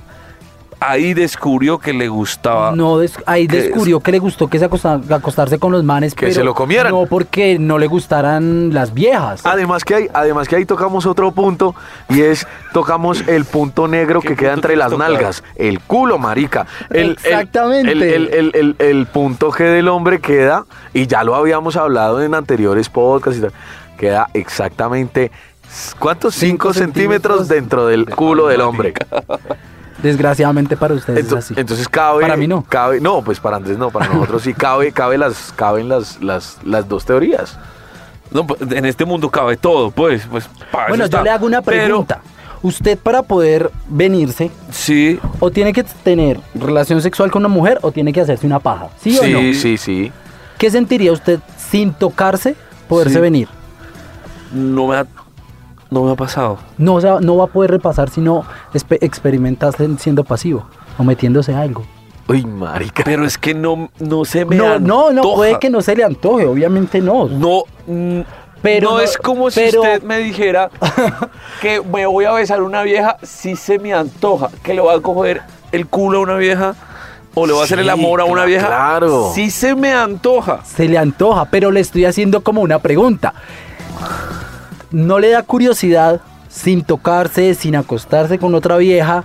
Ahí descubrió que le gustaba. No, des- ahí que es- descubrió que le gustó que se acosta- acostarse con los manes. Que pero se lo comieran. No, porque no le gustaran las viejas. Ah. Además que, hay, además que ahí tocamos otro punto y es, tocamos el punto negro ¿Qué que queda punto entre las quieres tocar? nalgas, el culo, marica. El- el- Exactamente. El, el- el- el- el punto G del hombre queda, y ya lo habíamos hablado en anteriores podcasts, y tal, queda exactamente, ¿cuántos? 5 Cinco centímetros centímetros dentro del culo del hombre. Desgraciadamente para ustedes Ento- es así. Entonces cabe. Para mí no. Cabe, no, pues para Andrés no, para nosotros sí cabe, cabe las, caben las, las, las dos teorías. No, pues, en este mundo cabe todo, pues. pues para eso bueno, está. yo le hago una Pero- pregunta. Usted para poder venirse, sí, o tiene que tener relación sexual con una mujer, o tiene que hacerse una paja. ¿Sí, sí, o no? sí, sí. ¿Qué sentiría usted sin tocarse poderse Sí. venir? no me ha, no me ha pasado. No, o sea, no va a poder repasar si no espe- experimentas siendo pasivo o metiéndose a algo. Uy, marica. Pero es que no, no se me No, no, no, antoja. puede que no se le antoje, obviamente no. No, mm, Pero no no- es como si pero- usted me dijera que me voy a besar una vieja si se me antoja, que le voy a coger el culo a una vieja o le voy a hacer el Sí, amor a una cla- vieja. claro. Si se me antoja. Se le antoja, pero le estoy haciendo como una pregunta. ¿No le da curiosidad sin tocarse, sin acostarse con otra vieja,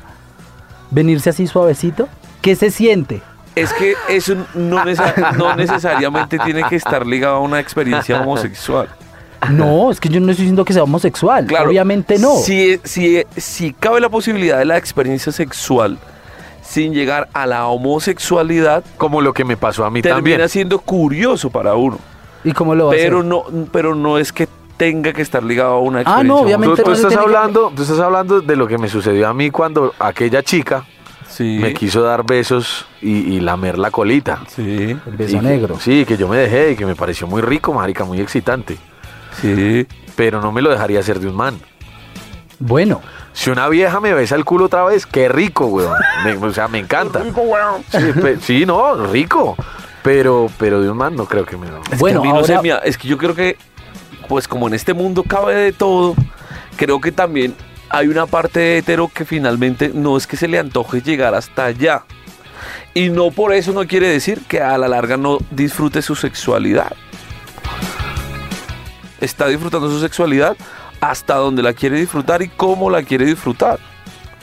venirse así suavecito? ¿Qué se siente? Es que eso no, nece- no necesariamente tiene que estar ligado a una experiencia homosexual. No, es que yo no estoy diciendo que sea homosexual. Claro, Obviamente no. Si, si, si cabe la posibilidad de la experiencia sexual sin llegar a la homosexualidad, Como lo que me pasó a mí termina también. siendo curioso para uno. ¿Y cómo lo va a Pero hacer? no, pero no es que tenga que estar ligado a una Ah, no, experiencia. obviamente Tú, tú no se estás tiene que- hablando, tú estás hablando de lo que me sucedió a mí cuando aquella chica homosexual. Sí. me quiso dar besos y, y lamer la colita. Sí, El beso Y que- negro. Sí, que yo me dejé y que me pareció muy rico, marica, muy excitante. sí. Pero no me lo dejaría hacer de un man. Bueno, Si una vieja me besa el culo otra vez, qué rico, weón. Me- o sea, me encanta. Sí, pe- sí, no, rico. Pero, pero de un man no creo que me lo. Es Bueno, que a mí no sé, ahora- mira, es que yo creo que, pues como en este mundo cabe de todo, creo que también hay una parte de hetero que finalmente no es que se le antoje llegar hasta allá. Y no por eso no quiere decir que a la larga no disfrute su sexualidad. Está disfrutando su sexualidad hasta donde la quiere disfrutar y cómo la quiere disfrutar.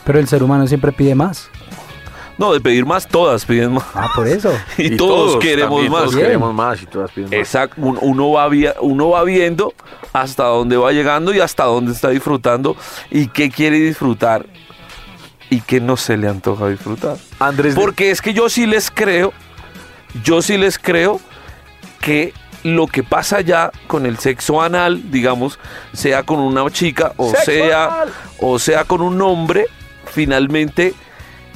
Pero el ser humano siempre pide más. No, de pedir más, todas piden más. Ah, por eso. Y, todos, queremos también, más. Todos queremos más y todas piden más. Exacto, un- uno va, via- uno va viendo hasta dónde va llegando y hasta dónde está disfrutando y qué quiere disfrutar y qué no se le antoja disfrutar. Andrés, de- Porque es que yo sí les creo, yo sí les creo que lo que pasa ya con el sexo anal, digamos, sea con una chica o ¡Sexo sea anal! o sea con un hombre, finalmente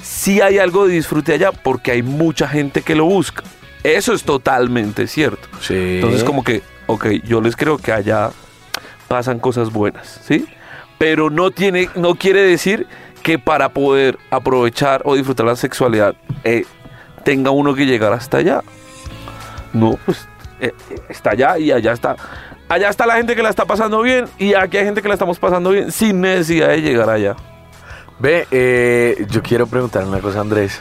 sí hay algo de disfrute allá porque hay mucha gente que lo busca. Eso es totalmente cierto. Sí. Entonces como que, ok, yo les creo que allá pasan cosas buenas, ¿sí? Pero no tiene, no quiere decir que para poder aprovechar o disfrutar la sexualidad eh, tenga uno que llegar hasta allá. No, pues eh, eh, está allá y allá está. Allá está la gente que la está pasando bien y aquí hay gente que la estamos pasando bien sin necesidad de llegar allá. Ve, eh, yo quiero preguntar una cosa, Andrés.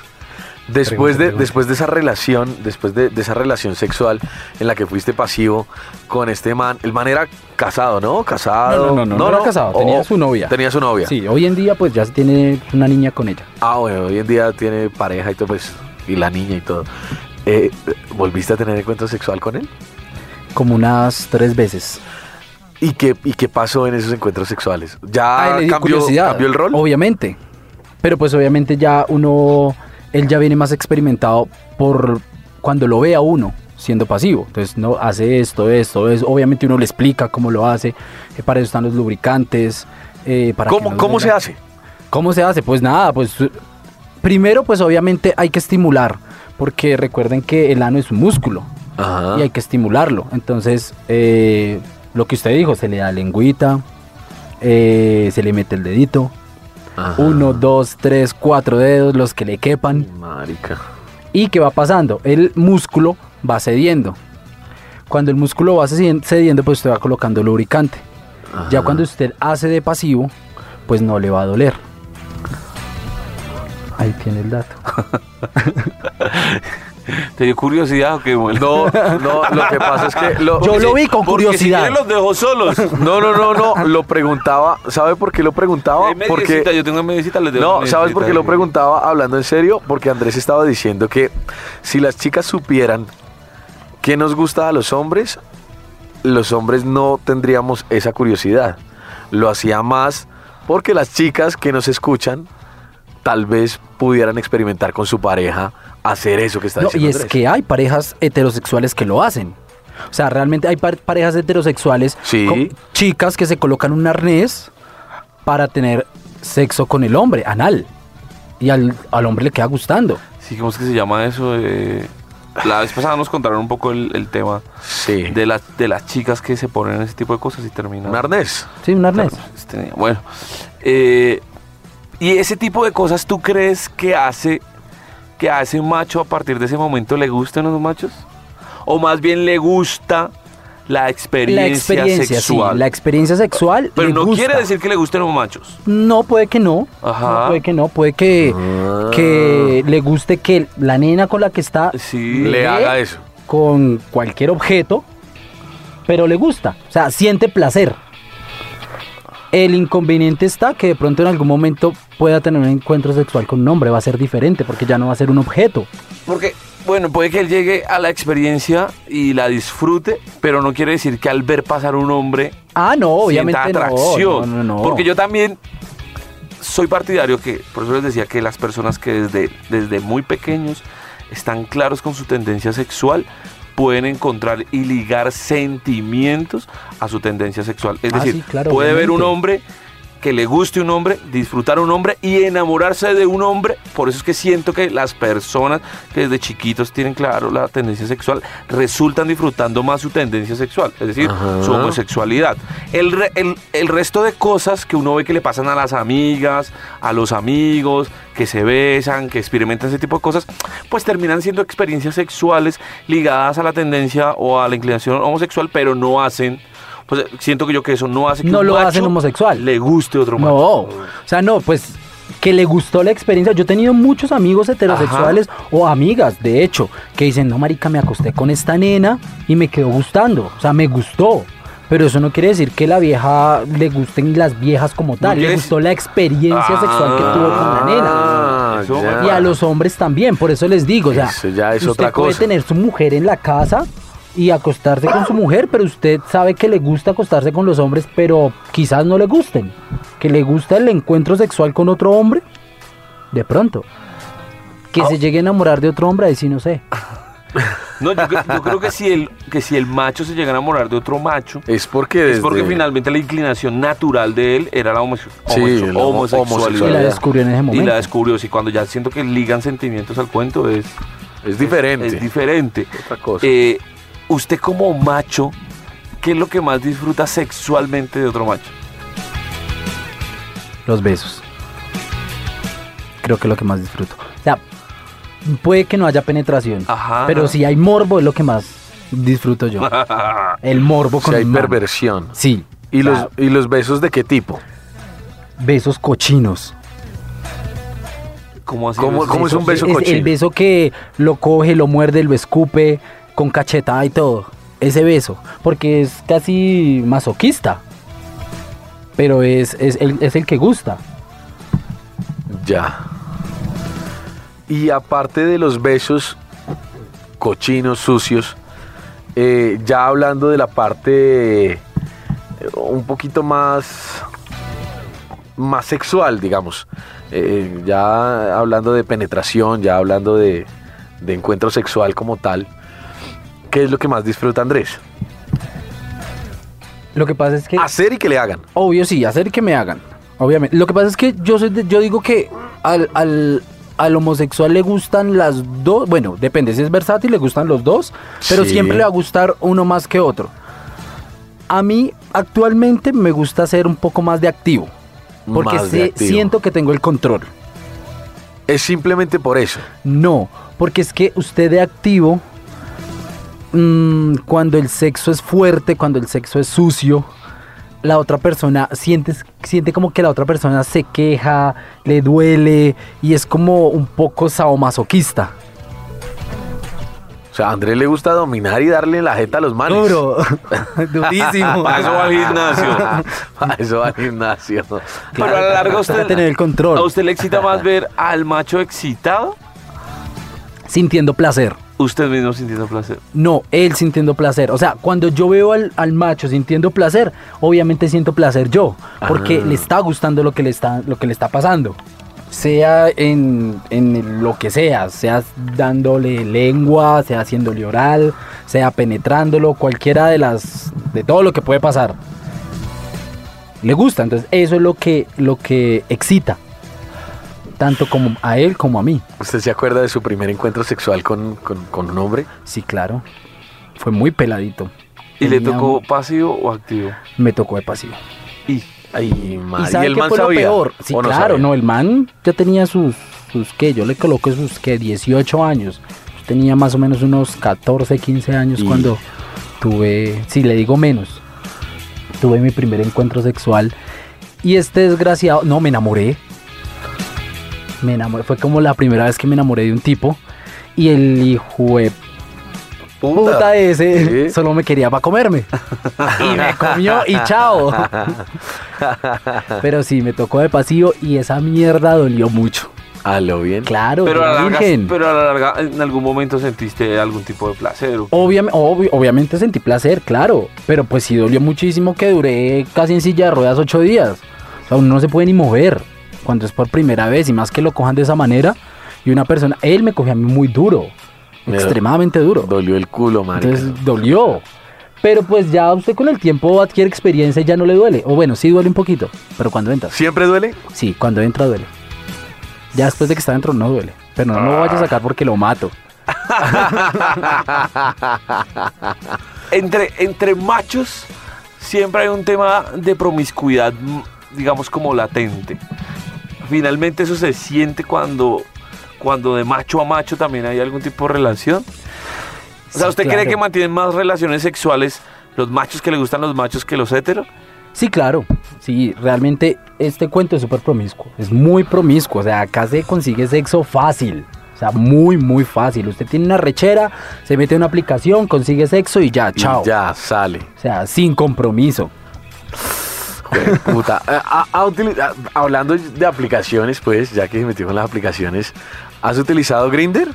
Después de, después de esa relación, después de, de esa relación sexual en la que fuiste pasivo con este man, el man era casado, ¿no? Casado. No, no, no, no, no era casado, tenía su novia. Tenía su novia. Sí, hoy en día pues ya se tiene una niña con ella. Ah, bueno, hoy en día tiene pareja y todo, pues, y la niña y todo. Eh, ¿Volviste a tener encuentro sexual con él? Como unas tres veces. ¿Y qué, y qué pasó en esos encuentros sexuales? ¿Ya Ay, Ah, le dio Ah, cambió, curiosidad, cambió el rol? Obviamente. Pero pues obviamente ya uno, él ya viene más experimentado por cuando lo ve a uno siendo pasivo. Entonces no hace esto, esto, es Obviamente uno le explica cómo lo hace. que para eso están los lubricantes. eh, para que ¿Cómo, no cómo se duela. hace? ¿Cómo se hace? Pues nada, pues eh, primero pues obviamente hay que estimular. Porque recuerden que el ano es un músculo Ajá. y hay que estimularlo. Entonces, eh, lo que usted dijo, se le da lengüita, eh, se le mete el dedito, Ajá. uno, dos, tres, cuatro dedos, los que le quepan. Marica. ¿Y qué va pasando? El músculo va cediendo. Cuando el músculo va cedi- cediendo, pues usted va colocando lubricante. Ya Ajá. cuando usted hace de pasivo, pues no le va a doler. Ahí tiene el dato. ¿Te dio curiosidad o qué, Manuel? No, no, lo que pasa es que... Lo, Yo lo vi con Porque si curiosidad. quieren los dejo solos. No, no, no, no, lo preguntaba, ¿sabe por qué lo preguntaba? Hay mediecita, Ah, Porque yo tengo mediecita, les dejo no, ¿sabes mediecita por qué lo ahí. preguntaba hablando en serio? Porque Andrés estaba diciendo que si las chicas supieran qué nos gusta a los hombres, los hombres no tendríamos esa curiosidad. Lo hacía más porque las chicas que nos escuchan tal vez pudieran experimentar con su pareja hacer eso que está No, diciendo y es Andrés. que hay parejas heterosexuales que lo hacen. O sea, realmente hay par- parejas heterosexuales, Sí. con chicas que se colocan un arnés para tener sexo con el hombre, anal. Y al, al hombre le queda gustando. Sí, ¿cómo es que se llama eso? Eh, la vez pasada nos contaron un poco el, el tema Sí. de, las de las chicas que se ponen ese tipo de cosas y terminan. Un arnés. Sí, un arnés. Este, Bueno, eh, y ese tipo de cosas, ¿tú crees que hace que hace un macho a partir de ese momento le gustan los machos? O más bien le gusta la experiencia, La experiencia, sexual. sí. La experiencia sexual. Pero le no gusta. quiere decir que le gusten los machos. No, puede que no. Ajá. No, puede que no. Puede que, Ah. que le guste que la nena con la que está Sí. Le ve haga eso. Con cualquier objeto, pero le gusta. O sea, siente placer. El inconveniente está que de pronto en algún momento pueda tener un encuentro sexual con un hombre. Va a ser diferente porque ya no va a ser un objeto. Porque, bueno, puede que él llegue a la experiencia y la disfrute, pero no quiere decir que al ver pasar un hombre Ah, no, obviamente sienta no, atracción. No, no, no. Porque yo también soy partidario que, por eso les decía que las personas que desde, desde muy pequeños están claros con su tendencia sexual pueden encontrar y ligar sentimientos a su tendencia sexual. Es Ah, decir, sí, claro, puede ver un obviamente. hombre que le guste un hombre, disfrutar un hombre y enamorarse de un hombre. Por eso es que siento que las personas que desde chiquitos tienen claro la tendencia sexual resultan disfrutando más su tendencia sexual, es decir, Ajá. su homosexualidad. El, re- el- el resto de cosas que uno ve que le pasan a las amigas, a los amigos, que se besan, que experimentan ese tipo de cosas, pues terminan siendo experiencias sexuales ligadas a la tendencia o a la inclinación homosexual, pero no hacen Pues eh, siento que yo que eso no hace que No un lo macho hacen homosexual. Le guste otro No, macho. o sea, no, pues que le gustó la experiencia. Yo he tenido muchos amigos heterosexuales o amigas, de hecho, que dicen, no, marica, me acosté con esta nena y me quedó gustando. O sea, me gustó. Pero eso no quiere decir que la vieja le gusten las viejas como tal. le quiere gustó la Ah. experiencia sexual que tuvo con la nena. Ah, Eso, ya. Y a los hombres también, por eso les digo, o sea, Eso ya es usted otra puede cosa. tener su mujer en la casa y acostarse con su mujer, pero usted sabe que le gusta acostarse con los hombres, pero quizás no le gusten. Que le gusta el encuentro sexual con otro hombre, de pronto. Que Ah. se llegue a enamorar de otro hombre, ahí sí no sé. No, yo, cre- yo creo que si, el, que si el macho se llega a enamorar de otro macho, Es porque es porque desde- finalmente la inclinación natural de él era la homose- Sí, homose- la homo- homosexualidad. Y la Claro. descubrió en ese Y la momento. descubrió. Si cuando ya siento que ligan sentimientos al cuento es, es diferente. es diferente. Otra cosa. Eh, usted como macho, ¿qué es lo que más disfruta sexualmente de otro macho? Los besos. Creo que es lo que más disfruto. O sea, puede que no haya penetración, Ajá. pero si hay morbo es lo que más disfruto Ah, yo. El morbo O con sea, hay un man. perversión. Sí. ¿Y los, Ah. ¿Y los besos de qué tipo? Besos cochinos. ¿Cómo, así ¿Cómo- ves? cómo es un beso cochino? El beso que lo coge, lo muerde, lo escupe, con cachetada y todo. Ese beso. Porque es casi masoquista. Pero es, es, el, es el que gusta. Ya. Y aparte de los besos cochinos, sucios, eh, ya hablando de la parte eh, un poquito más, más sexual, digamos, eh, ya hablando de penetración, ya hablando de, de encuentro sexual como tal, ¿qué es lo que más disfruta Andrés? Lo que pasa es que... Hacer y que le hagan. Obvio sí, hacer que me hagan. Obviamente. Lo que pasa es que yo soy de- yo digo que al, al- al homosexual le gustan las dos. Bueno, depende, si es versátil le gustan los dos, pero Sí. siempre le va a gustar uno más que otro. A mí actualmente me gusta ser un poco más de activo. Porque Más de sé- activo. siento que tengo el control. Es simplemente por eso. No, porque es que usted de activo, mm, cuando el sexo es fuerte, cuando el sexo es sucio, la otra persona siente, siente como que la otra persona se queja, le duele y es como un poco sadomasoquista. O sea, a Andrés le gusta dominar y darle la jeta a los manes. Duro, durísimo. Para eso va al gimnasio. Para eso va al gimnasio. Pero a la larga usted, Usted debe tener el control. ¿A usted le excita más ver al macho excitado? sintiendo placer. Usted mismo sintiendo placer. No, él sintiendo placer. O sea, cuando yo veo al, al macho sintiendo placer, obviamente siento placer yo, porque le está gustando lo que le está, lo que le está pasando. Sea en, en lo que sea, sea dándole lengua, sea haciéndole oral, sea penetrándolo, cualquiera de las, de todo lo que puede pasar. Le gusta, entonces eso es lo que, lo que excita, tanto como a él como a mí. ¿Usted se acuerda de su primer encuentro sexual con, con- con un hombre? Sí, claro. Fue muy peladito. ¿Y le Tenía tocó pasivo o activo? me tocó de pasivo. Y Ay, ¿Y madre. sabe el qué man fue lo sabía? peor? Sí, ¿O claro, sabía? no, el man ya tenía sus, sus ¿qué? Yo le coloqué sus, ¿qué? 18 años. Yo tenía más o menos unos 14, 15 años Y- cuando tuve, sí, le digo menos, tuve mi primer encuentro sexual. Y este desgraciado, no, me enamoré. Me enamoré, fue como la primera vez que me enamoré de un tipo. Y el hijo de Puta. puta ese Sí. solo me quería para comerme. y me comió y chao. Pero sí, me tocó de pasivo y esa mierda dolió mucho. A lo bien. Claro, pero, a la larga, virgen. pero a la larga, en algún momento sentiste algún tipo de placer. ¿o? Obviam- obvi- obviamente sentí placer, claro. Pero pues sí dolió muchísimo que duré casi en silla de ruedas ocho días. O sea, uno no se puede ni mover cuando es por primera vez y más que lo cojan de esa manera. Y una persona, él me cogió a mí muy duro, Me do- extremadamente duro. Dolió el culo, marica. Entonces dolió. Pero pues ya usted con el tiempo adquiere experiencia y ya no le duele. O bueno, sí duele un poquito, pero cuando entras. ¿Siempre duele? Sí, cuando entra duele. Ya después de que está dentro no duele. Pero no lo vaya a sacar porque lo mato. Entre, entre machos siempre hay un tema de promiscuidad, mm, digamos como latente. Finalmente eso se siente cuando, cuando de macho a macho también hay algún tipo de relación. O sea, Sí, ¿usted claro. cree que mantienen más relaciones sexuales los machos que le gustan los machos que los heteros. Sí, claro. Sí, realmente este cuento es súper promiscuo. Es muy promiscuo. O sea, acá se consigue sexo fácil. O sea, muy, muy fácil. Usted tiene una rechera, se mete en una aplicación, consigue sexo y ya, Y chao. ya sale. O sea, sin compromiso. Jue- Puta. Ah, ah, utili- ah, hablando de aplicaciones, pues, ya que se metió en las aplicaciones, ¿has utilizado Grinder?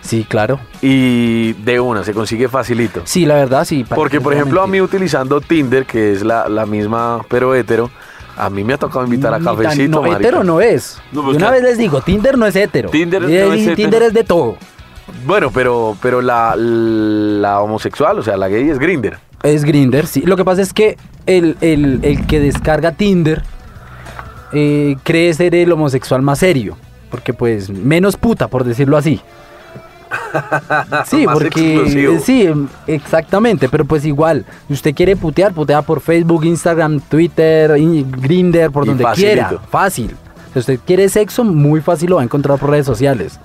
Sí, claro. Y de una, se consigue facilito. Sí, la verdad, sí. para Porque, que por no ejemplo, a mí mentir. utilizando Tinder, que es la, la misma, pero hetero, a mí me ha tocado invitar a Ni tan- cafecito. No, marica. hetero no es. No, pues Yo una claro. vez les digo, Tinder no es hetero. Tinder no Y- es y hetero. Tinder es de todo. Bueno, pero, pero la, la homosexual, o sea, la gay es Grinder. Es Grinder, sí. Lo que pasa es que el, el- el que descarga Tinder eh, cree ser el homosexual más serio. Porque pues menos puta, por decirlo así. Sí, Más porque explosivo. sí, em, exactamente, pero pues igual, si usted quiere putear, putea por Facebook, Instagram, Twitter, in- Grinder, por Y donde facilito. quiera, fácil. Si usted quiere sexo, muy fácil lo va a encontrar por redes sociales.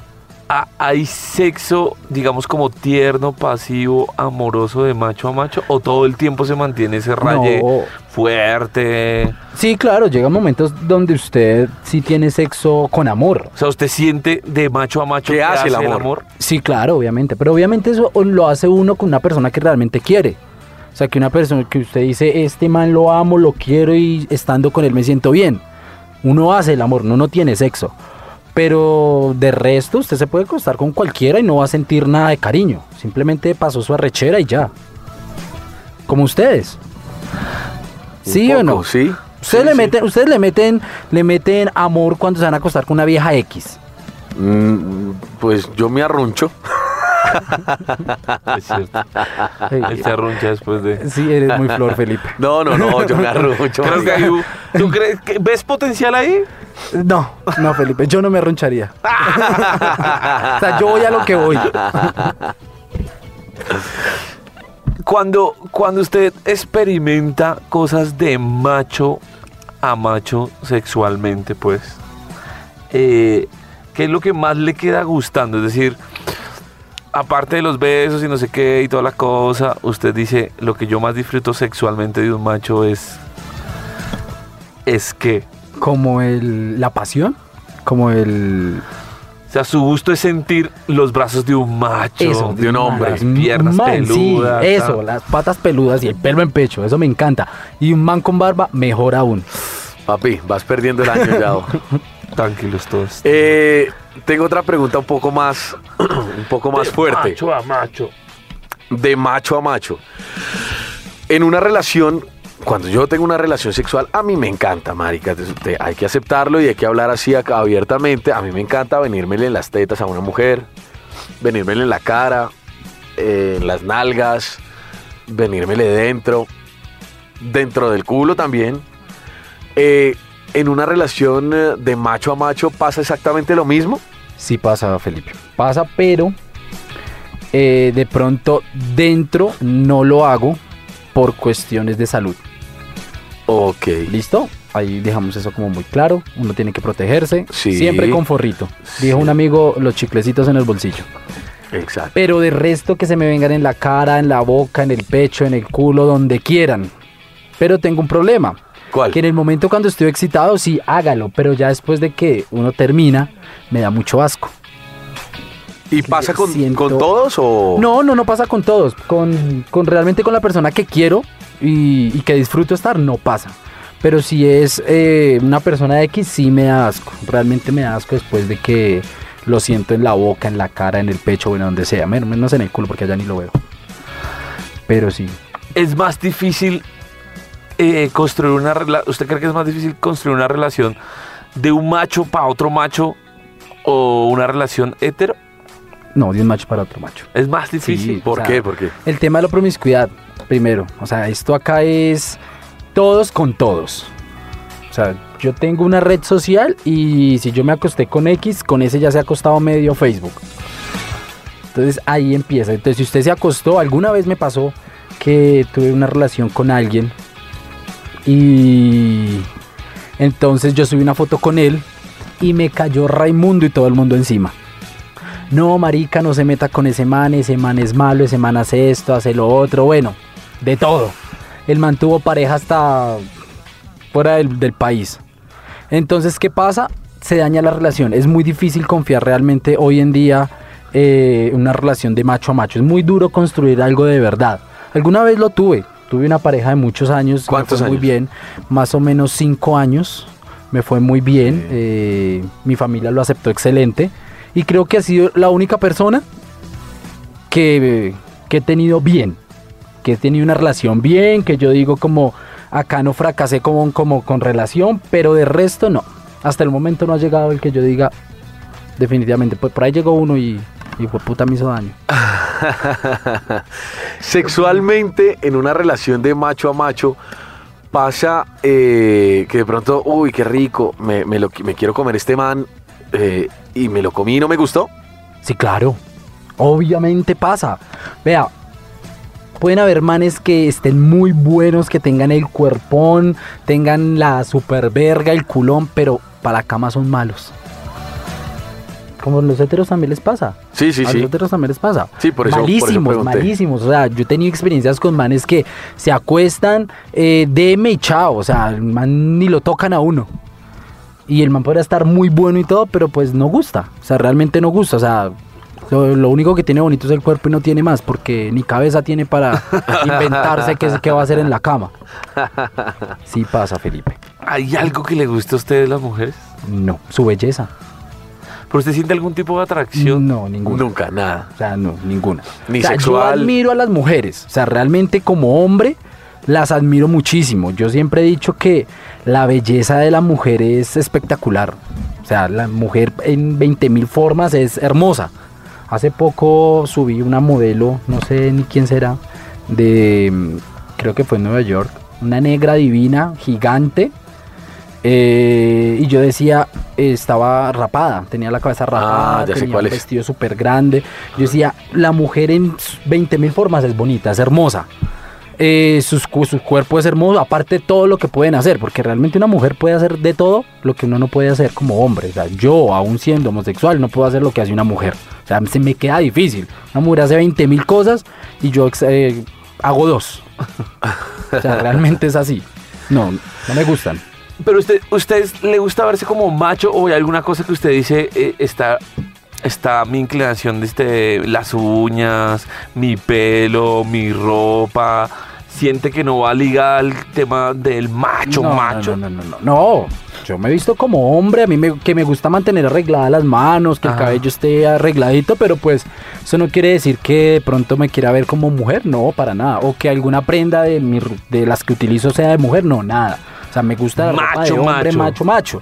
Ah, ¿Hay sexo, digamos, como tierno, pasivo, amoroso de macho a macho? ¿O todo el tiempo se mantiene ese raye No. fuerte? Sí, claro, llegan momentos donde usted sí tiene sexo con amor. O sea, ¿usted siente de macho a macho ¿Qué que hace el amor? Sí, claro, obviamente. Pero obviamente eso lo hace uno con una persona que realmente quiere. O sea, que una persona que usted dice, este man lo amo, lo quiero y estando con él me siento bien. Uno hace el amor, no, no tiene sexo. Pero de resto, usted se puede acostar con cualquiera y no va a sentir nada de cariño. Simplemente pasó su arrechera y ya. Como ustedes. Un ¿Sí o poco, no? Sí. Ustedes, le meten, ustedes le meten, le meten amor cuando se van a acostar con una vieja X. Mm, pues yo me arruncho. Es cierto. Él Ah. se arruncha después de... Sí, eres muy flor, Felipe. No, no, no, yo me arruncho. Creo que marica. ahí hubo- ¿Tú crees que ves potencial ahí? No, no, Felipe, yo no me arroncharía. o sea, yo voy a lo que voy. Cuando, cuando usted experimenta cosas de macho a macho sexualmente, pues, eh, ¿qué es lo que más le queda gustando? Es decir, aparte de los besos y no sé qué y toda la cosa, usted dice, lo que yo más disfruto sexualmente de un macho es... Es que... Como el, la pasión, como el... O sea, su gusto es sentir los brazos de un macho, Eso, de un hombre, las las piernas man, sí, peludas. ah. eso, tal. las patas peludas y el pelo en pecho, eso me encanta. Y un man con barba, mejor aún. Papi, vas perdiendo el año ya. oh. Tranquilos todos. Eh, tengo otra pregunta un poco más, un poco más fuerte. Macho a macho. de macho a macho. En una relación, cuando yo tengo una relación sexual, a mí me encanta, marica. Te- te- hay que aceptarlo y hay que hablar así ac- abiertamente. A mí me encanta venírmele en las tetas a una mujer, venírmele en la cara, eh, en las nalgas, venírmele dentro, dentro del culo también. Eh, en una relación eh, de macho a macho pasa exactamente lo mismo. Sí pasa, Felipe. Pasa, pero eh, de pronto dentro no lo hago por cuestiones de salud. Ok. ¿Listo? Ahí dejamos eso como muy claro. Uno tiene que protegerse. Sí. Siempre con forrito. Dijo Sí. un amigo, los chiclecitos en el bolsillo. Exacto. Pero de resto que se me vengan en la cara, en la boca, en el pecho, en el culo, donde quieran. Pero tengo un problema. ¿Cuál? Que en el momento cuando estoy excitado, sí, hágalo. Pero ya después de que uno termina, me da mucho asco. ¿Y pasa con, siento- con todos o...? No, no, no pasa con todos. Con, con realmente con la persona que quiero y, y que disfruto estar, no pasa. Pero si es eh, una persona X, sí me da asco. Realmente me da asco después de que lo siento en la boca, en la cara, en el pecho, bueno, donde sea. Men- Menos en el culo porque allá ni lo veo. Pero sí. Es más difícil eh, construir una relación. ¿Usted cree que es más difícil construir una relación de un macho para otro macho o una relación hetero? No, de un macho para otro macho. Es más difícil. Sí. ¿Por O sea, qué? ¿Por qué? El tema de la promiscuidad, primero. O sea, esto acá es todos con todos. O sea, yo tengo una red social y si yo me acosté con X, con ese ya se ha acostado medio Facebook. Entonces ahí empieza. Entonces, si usted se acostó, alguna vez me pasó que tuve una relación con alguien y entonces yo subí una foto con él y me cayó Raimundo y todo el mundo encima. No, marica, no se meta con ese man, ese man es malo, ese man hace esto, hace lo otro. Bueno, de todo. El man tuvo pareja hasta fuera del, del país. Entonces, ¿qué pasa? Se daña la relación. Es muy difícil confiar realmente hoy en día eh, una relación de macho a macho. Es muy duro construir algo de verdad. Alguna vez lo tuve. Tuve una pareja de muchos años. me ¿Cuántos fue Muy años? bien. Más o menos cinco años. Me fue muy bien. eh, mi familia lo aceptó excelente. Y creo que ha sido la única persona que, que he tenido bien. Que he tenido una relación bien. Que yo digo como acá no fracasé como, como con relación. Pero de resto no. Hasta el momento no ha llegado el que yo diga definitivamente. pues Por, por ahí llegó uno y, y fue puta me hizo daño. Sexualmente, en una relación de macho a macho, pasa eh, que de pronto, uy, qué rico, me, me lo qui- me quiero comer este man eh, y me lo comí y no me gustó. Sí, claro. Obviamente pasa. Vea, pueden haber manes que estén muy buenos, que tengan el cuerpón, tengan la super verga, el culón, pero para la cama son malos. Como a los heteros también les pasa. Sí, sí, a sí. los heteros también les pasa. Sí, por eso- por eso Malísimos, pregunté. malísimos. O sea, yo he tenido experiencias con manes que se acuestan, eh, deme y chao. O sea, el man ni lo tocan a uno. Y el man podrá estar muy bueno y todo, pero pues no gusta. O sea, realmente no gusta. O sea, lo, lo único que tiene bonito es el cuerpo y no tiene más, porque ni cabeza tiene para inventarse qué, es- qué va a hacer en la cama. Sí pasa, Felipe. ¿Hay algo que le guste a usted de las mujeres? No, su belleza. ¿Pero usted siente algún tipo de atracción? No, ninguna. Nunca, nada. O sea, no, ninguna. Ni O sea, sexual. Yo admiro a las mujeres. O sea, realmente como hombre las admiro muchísimo. Yo siempre he dicho que la belleza de la mujer es espectacular. O sea, la mujer en 20 mil formas es hermosa. Hace poco subí una modelo, no sé ni quién será, de mm, creo que fue en Nueva York, una negra divina, gigante. Eh, y yo decía, eh, estaba rapada, tenía la cabeza rapada, Ah, ya sé tenía cuál un es. vestido súper grande. Yo decía, la mujer en 20 mil formas es bonita, es hermosa. Eh, sus cu- su cuerpo es hermoso, aparte de todo lo que pueden hacer, porque realmente una mujer puede hacer de todo lo que uno no puede hacer como hombre. O sea, yo, aún siendo homosexual, no puedo hacer lo que hace una mujer. O sea, se me queda difícil. Una mujer hace 20 mil cosas y yo ex- eh, hago dos. O sea, realmente es así. No, no me gustan. ¿Pero usted, usted le gusta verse como macho o hay alguna cosa que usted dice eh, está... Está mi inclinación de este, las uñas, mi pelo, mi ropa. Siente que no va ligada al tema del macho, no, macho. No, no, no, no, no. Yo me he visto como hombre, a mí me, que me gusta mantener arregladas las manos, que Ah. el cabello esté arregladito, pero pues eso no quiere decir que de pronto me quiera ver como mujer, no, para nada. O que alguna prenda de, mi ru- de las que utilizo sea de mujer, no, nada. O sea, me gusta la ropa Macho, de hombre, macho. macho, macho.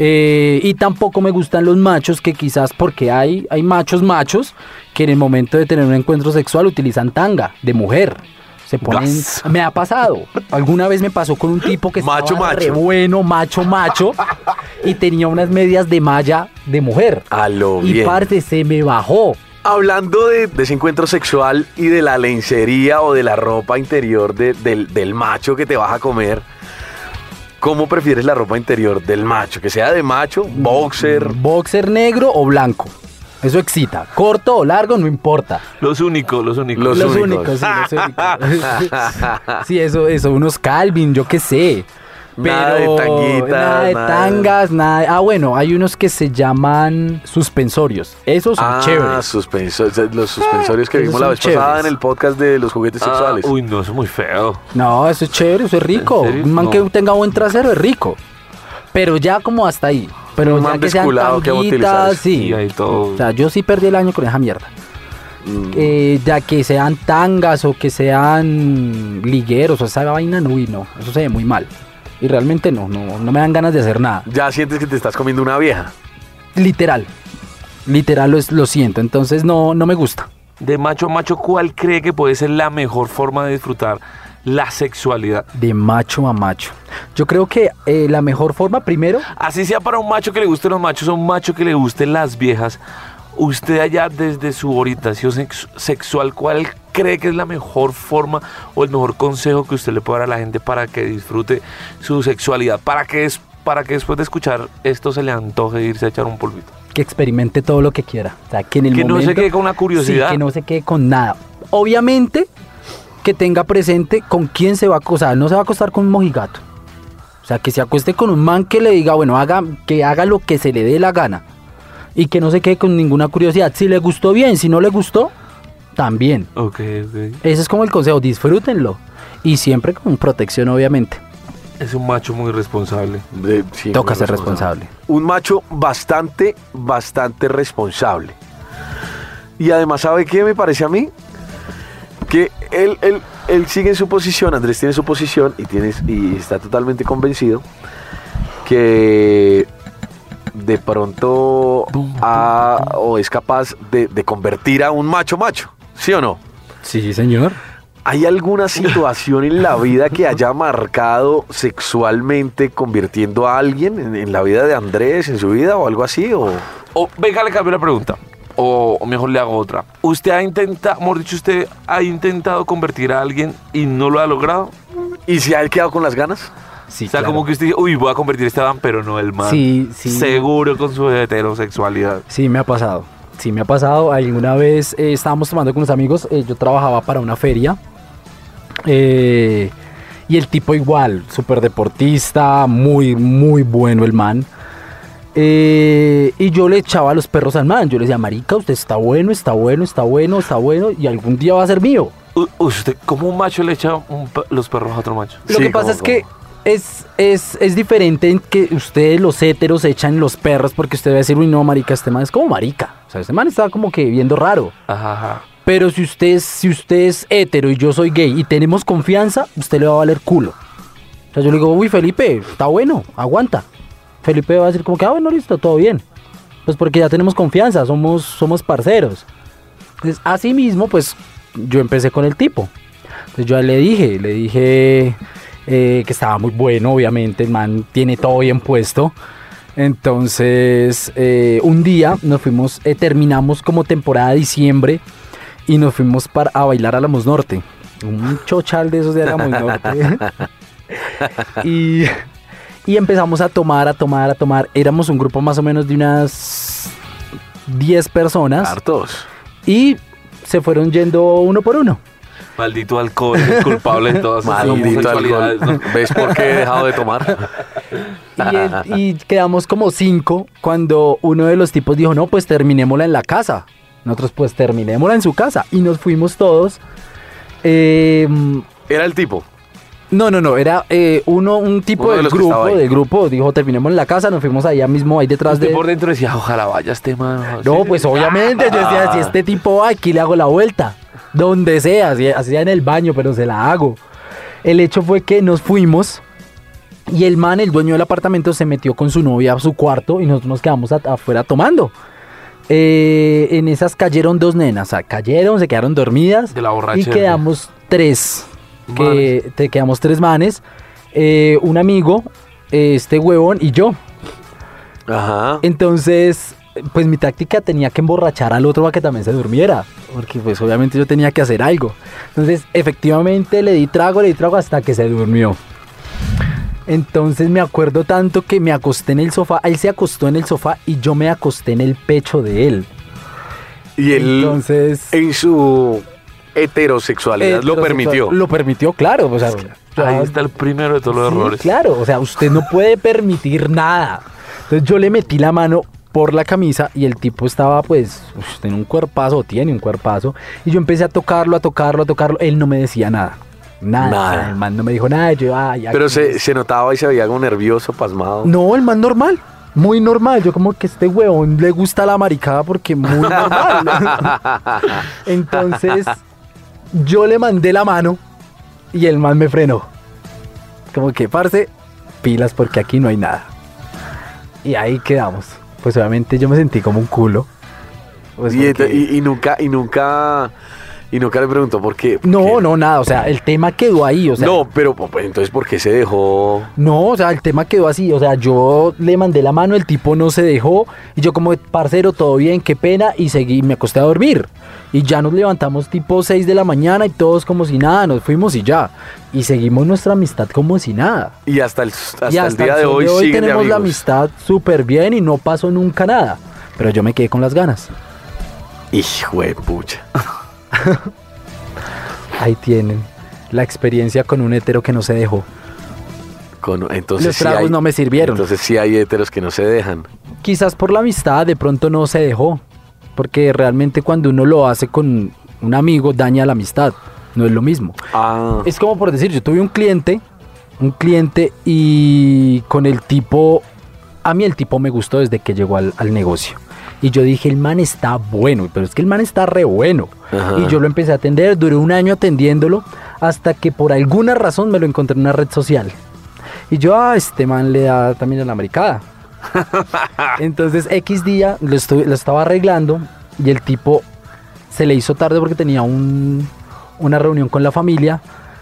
Eh, y tampoco me gustan los machos que quizás porque hay, hay machos machos que en el momento de tener un encuentro sexual utilizan tanga de mujer. Se ponen, Gas. me ha pasado. Alguna vez me pasó con un tipo que Macho, estaba re macho. bueno, macho, macho, y tenía unas medias de malla de mujer. A lo y Ah, bien. parte se me bajó. Hablando de desencuentro sexual y de la lencería o de la ropa interior de- del, del macho que te vas a comer, ¿cómo prefieres la ropa interior del macho? Que sea de macho, boxer. Boxer negro o blanco. Eso excita. Corto o largo, no importa. Los únicos, los únicos. Los Los, únicos. únicos. sí, los únicos. sí, eso, eso, unos Calvin, yo qué sé. Nada de Pero tanguitas, Nada de nada de- tangas, nada. de- Ah, bueno, hay unos que se llaman suspensorios. Esos son Ah, chéveres. Eh, suspenso- los suspensorios que Esos vimos la son vez pasada chéveres. en el podcast de los juguetes Ah, sexuales. uy, no, eso es muy feo. No, eso es chévere, eso es rico. ¿En serio? Un man No. que tenga buen trasero es rico. Pero ya como hasta ahí. Pero Un ya man que sean desculado que va a utilizar tanguitas, eso. sí. Y ahí todo. Mm. O sea, yo sí perdí el año con esa mierda. Eh, ya que sean tangas o que sean ligueros o esa vaina, no, uy, no, eso se ve muy mal. Y realmente no, no, no me dan ganas de hacer nada. Ya sientes que te estás comiendo una vieja. Literal. Literal lo, es- lo siento, entonces no, no me gusta. De macho a macho, ¿cuál cree que puede ser la mejor forma de disfrutar la sexualidad? De macho a macho. Yo creo que eh, la mejor forma, primero, Así sea para un macho que le gusten los machos o un macho que le gusten las viejas. Usted allá desde su orientación sex- sexual, ¿cuál cree que es la mejor forma o el mejor consejo que usted le puede dar a la gente para que disfrute su sexualidad? Para que, es, para que después de escuchar esto se le antoje irse a echar un polvito. que experimente todo lo que quiera. O sea, que en el Que no se momento- quede con la curiosidad. Sí, que no se quede con nada. Obviamente que tenga presente con quién se va a acostar. No se va a acostar con un mojigato. O sea, que se acueste con un man que le diga, bueno, haga, que haga lo que se le dé la gana. Y que no se quede con ninguna curiosidad. Si le gustó bien, si no le gustó, también. Ok, ok. Ese es como el consejo, disfrútenlo. Y siempre con protección, obviamente. Es un macho muy responsable. De- sí, Toca muy ser responsable. Un macho bastante, bastante responsable. Y además, ¿sabe qué me parece a mí? Que él, él- él sigue en su posición, Andrés tiene su posición y, tienes, y está totalmente convencido que de pronto ha- o es capaz de, de convertir a un macho macho, ¿sí o no? Sí, señor. ¿Hay alguna situación en la vida que haya marcado sexualmente convirtiendo a alguien en, en la vida de Andrés, en su vida o algo así? O... O, venga, le cambio la pregunta. O, o mejor le hago otra. ¿Usted ha intentado, mejor dicho, usted ha intentado convertir a alguien y no lo ha logrado? ¿Y si ha quedado con las ganas? Sí, o sea, claro. como que usted dice, uy, voy a convertir a este man, pero no el man. Sí, sí. Seguro con su heterosexualidad. Sí, me ha pasado. Sí, me ha pasado. Alguna vez eh, estábamos tomando con unos amigos. eh, yo trabajaba para una feria. eh, y el tipo igual, súper deportista, muy, muy bueno el man. Eh, y yo le echaba los perros al man. Yo le decía, marica, usted está bueno, está bueno, está bueno, está bueno. Y algún día va a ser mío. U- ¿Usted como un macho le echa un pe- los perros a otro macho? Lo Sí, que pasa como- es que es, es, es diferente en que ustedes los héteros echan los perros porque usted va a decir, uy, no, marica, este man es como marica. O sea, este man está como que viendo raro. Ajá, ajá. Pero si usted, es- si usted es hetero y yo soy gay y tenemos confianza, usted le va a valer culo. O sea, yo le digo, uy, Felipe, está bueno, aguanta. Felipe va a decir como que, ah, bueno, listo, todo bien. Pues porque ya tenemos confianza, somos, somos parceros. Entonces, así mismo, pues, yo empecé con el tipo. Entonces yo a él le dije, le dije eh, que estaba muy bueno, obviamente, el man tiene todo bien puesto. Entonces, eh, un día nos fuimos, eh, terminamos como temporada de diciembre y nos fuimos para, a bailar a Álamos Norte. Un chochal de esos de Álamos Norte. y, y empezamos a tomar, a tomar, a tomar. Éramos un grupo más o menos de unas 10 personas Hartos. y se fueron yendo uno por uno. Maldito alcohol, es culpable de todas esas Maldito alcohol. homosexualidades. ¿no? ¿Ves por qué he dejado de tomar? Y, el- y quedamos como cinco cuando uno de los tipos dijo, no, pues terminémosla en la casa. Nosotros pues terminémosla en su casa. Y nos fuimos todos. Eh, Era el tipo. no, no, no, era eh, uno, un tipo Uno de del los que grupo, estaba ahí. del grupo, dijo, terminemos en la casa, nos fuimos allá mismo, ahí detrás Usted de... por dentro decía, ojalá vaya este man. No, Sí. pues obviamente, yo decía, si este tipo va, aquí le hago la vuelta. Donde sea, así, así sea en el baño, pero se la hago. El hecho fue que nos fuimos y el man, el dueño del apartamento, se metió con su novia a su cuarto y nosotros nos quedamos a- afuera tomando. Eh, en esas cayeron dos nenas, o sea, cayeron, se quedaron dormidas De la y borrachera. quedamos tres. Manes. Que te quedamos tres manes, eh, un amigo, eh, este huevón y yo. Ajá. Entonces, pues mi táctica tenía que emborrachar al otro para que también se durmiera, porque pues obviamente yo tenía que hacer algo. Entonces, efectivamente le di trago, le di trago hasta que se durmió. Entonces me acuerdo tanto que me acosté en el sofá, él se acostó en el sofá y yo me acosté en el pecho de él. Y él Entonces eh, en su heterosexualidad lo heterosexual- permitió. Lo permitió, claro. O sea, Ahí ya- está el primero de todos los Sí, errores. Claro, o sea, usted no puede permitir nada. Entonces yo le metí la mano por la camisa y el tipo estaba pues, uf, tiene un cuerpazo, tiene un cuerpazo. Y yo empecé a tocarlo, a tocarlo, a tocarlo. Él no me decía nada. Nada. Nada. El man no me dijo nada. Yo, ay, Pero aquí- se, se notaba y se veía algo nervioso, pasmado. No, el man normal. Muy normal. Yo como que este huevón le gusta la maricada porque muy normal. Entonces yo le mandé la mano y el man me frenó. Como que, parce, pilas porque aquí no hay nada. Y ahí quedamos. Pues obviamente yo me sentí como un culo. Pues, y, ent- porque- y- y nunca, y nunca, y nunca le preguntó por qué. por No, qué. no, nada. O sea, el tema quedó ahí. O sea, no, pero pues, entonces, ¿por qué se dejó? No, o sea, el tema quedó así. O sea, yo le mandé la mano, el tipo no se dejó. Y yo, como, parcero, todo bien, qué pena. Y seguí, me acosté a dormir. Y ya nos levantamos tipo 6 de la mañana y todos como si nada, nos fuimos y ya. Y seguimos nuestra amistad como si nada. Y hasta el, hasta y el día de sol hoy, siguen de tenemos amigos. la amistad súper bien y no pasó nunca nada. Pero yo me quedé con las ganas. Hijo de pucha. Ahí tienen. la experiencia con un hetero que no se dejó. Con- entonces Los sí tragos hay- no me sirvieron. Entonces sí hay héteros que no se dejan. Quizás por la amistad de pronto no se dejó, porque realmente cuando uno lo hace con un amigo daña la amistad, no es lo mismo. Ah. Es como por decir, yo tuve un cliente, un cliente y con el tipo, a mí el tipo me gustó desde que llegó al, al negocio. Y yo dije, el man está bueno, pero es que el man está re bueno. Ajá. Y yo lo empecé a atender, duré un año atendiéndolo, hasta que por alguna razón me lo encontré en una red social. Y yo, ah, este man le da también a la americana. Entonces, X día lo, estu- lo estaba arreglando y el tipo se le hizo tarde porque tenía un- una reunión con la familia.